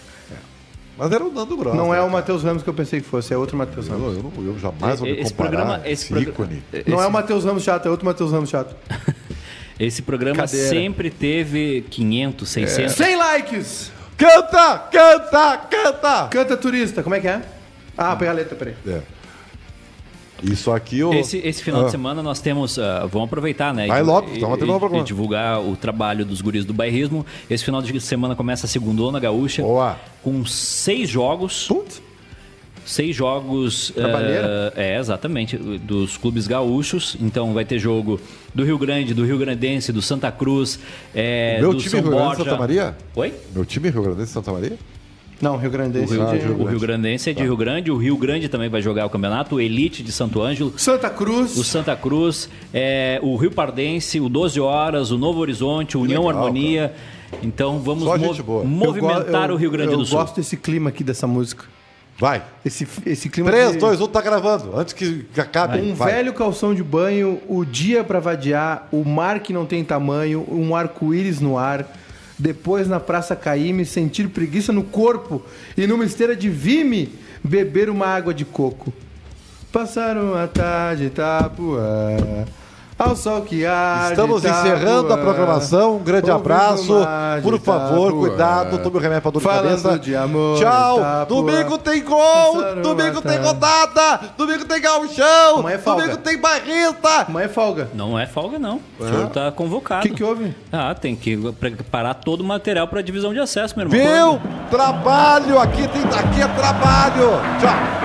[SPEAKER 1] Mas era o Nando Gross.
[SPEAKER 2] Não
[SPEAKER 1] né,
[SPEAKER 2] é o
[SPEAKER 1] cara?
[SPEAKER 2] Matheus Ramos que eu pensei que fosse, é outro Matheus Ramos.
[SPEAKER 1] Eu, eu não- eu jamais vou me
[SPEAKER 3] Esse
[SPEAKER 1] comparar
[SPEAKER 3] programa-
[SPEAKER 1] a
[SPEAKER 3] esse
[SPEAKER 1] esse
[SPEAKER 3] progra-
[SPEAKER 1] ícone.
[SPEAKER 2] Não é o Matheus Ramos chato, é outro Matheus Ramos chato.
[SPEAKER 3] Esse programa
[SPEAKER 2] Cadeira.
[SPEAKER 3] sempre teve 500, 600.
[SPEAKER 2] 100 likes!
[SPEAKER 1] Canta, canta, canta!
[SPEAKER 2] Canta turista, como é que é? Ah, pegar a letra, peraí.
[SPEAKER 1] É. Isso aqui eu...
[SPEAKER 3] Esse, esse final
[SPEAKER 1] Ah.
[SPEAKER 3] de semana nós temos. ah, vamos aproveitar, né?
[SPEAKER 1] Vai
[SPEAKER 3] E-
[SPEAKER 1] logo,
[SPEAKER 3] e-
[SPEAKER 1] tamo tendo um
[SPEAKER 3] e,
[SPEAKER 1] programa.
[SPEAKER 3] e divulgar o trabalho dos guris do bairrismo. Esse final de semana começa a segundona gaúcha.
[SPEAKER 1] Boa.
[SPEAKER 3] Com seis jogos. Seis jogos.
[SPEAKER 2] Trabalheira?
[SPEAKER 3] ah, é, exatamente. Dos clubes gaúchos. Então vai ter jogo do Rio Grande, do Rio Grandense, do Santa Cruz. é,
[SPEAKER 1] Meu
[SPEAKER 3] do
[SPEAKER 1] time
[SPEAKER 3] São
[SPEAKER 1] Rio Grande de
[SPEAKER 3] Borja.
[SPEAKER 1] Santa Maria?
[SPEAKER 3] Oi?
[SPEAKER 1] Meu time Rio Grande de Santa Maria?
[SPEAKER 2] Não, Rio Grande é do
[SPEAKER 3] O Rio,
[SPEAKER 1] Ah,
[SPEAKER 2] Sul. de-
[SPEAKER 3] o Rio Grandense
[SPEAKER 1] Tá.
[SPEAKER 3] é de Rio Grande, o Rio Grande também vai jogar o campeonato, o Elite de Santo Ângelo,
[SPEAKER 2] Santa Cruz.
[SPEAKER 3] o Santa Cruz, é, o Rio Pardense, o 12 Horas, o Novo Horizonte, o União
[SPEAKER 1] legal,
[SPEAKER 3] Harmonia. Então vamos
[SPEAKER 1] Só
[SPEAKER 3] mo-
[SPEAKER 1] gente boa. Eu
[SPEAKER 2] Eu go-
[SPEAKER 3] movimentar
[SPEAKER 2] eu-
[SPEAKER 3] o Rio Grande do Sul.
[SPEAKER 2] Eu gosto desse clima aqui dessa música.
[SPEAKER 1] Vai.
[SPEAKER 2] Esse, esse clima.
[SPEAKER 1] 3,
[SPEAKER 2] de-
[SPEAKER 1] 2, 1, tá gravando. Antes que acabe.
[SPEAKER 2] Um
[SPEAKER 1] vai.
[SPEAKER 2] velho calção de banho, o dia pra vadiar, o mar que não tem tamanho, um arco-íris no ar. Depois na praça Caíme, sentir preguiça no corpo e numa esteira de vime, beber uma água de coco. Passaram a tarde, Itapuã, ao sol que arde.
[SPEAKER 1] Estamos encerrando a
[SPEAKER 2] Itapuã,
[SPEAKER 1] programação. Um grande
[SPEAKER 2] tá ouvindo
[SPEAKER 1] abraço.
[SPEAKER 2] o mar de
[SPEAKER 1] Por favor,
[SPEAKER 2] Itapuã.
[SPEAKER 1] cuidado. Tome o remédio pra dor
[SPEAKER 2] Falando
[SPEAKER 1] de cabeça.
[SPEAKER 2] de amor, tá
[SPEAKER 1] Tchau.
[SPEAKER 2] Itapuã.
[SPEAKER 1] Domingo tem gol.
[SPEAKER 2] Passaram
[SPEAKER 1] Domingo
[SPEAKER 2] a
[SPEAKER 1] tem
[SPEAKER 2] tarde.
[SPEAKER 1] rodada. Domingo tem galchão.
[SPEAKER 2] Amanhã é folga.
[SPEAKER 1] domingo tem barrista.
[SPEAKER 2] Amanhã é folga.
[SPEAKER 3] Não é folga, não. O senhor tá
[SPEAKER 2] O
[SPEAKER 3] convocado.
[SPEAKER 2] que, que houve?
[SPEAKER 3] Ah, tem que preparar todo o material para divisão de acesso, meu irmão.
[SPEAKER 1] Viu? Trabalho. Aqui, tem, aqui é trabalho. Tchau.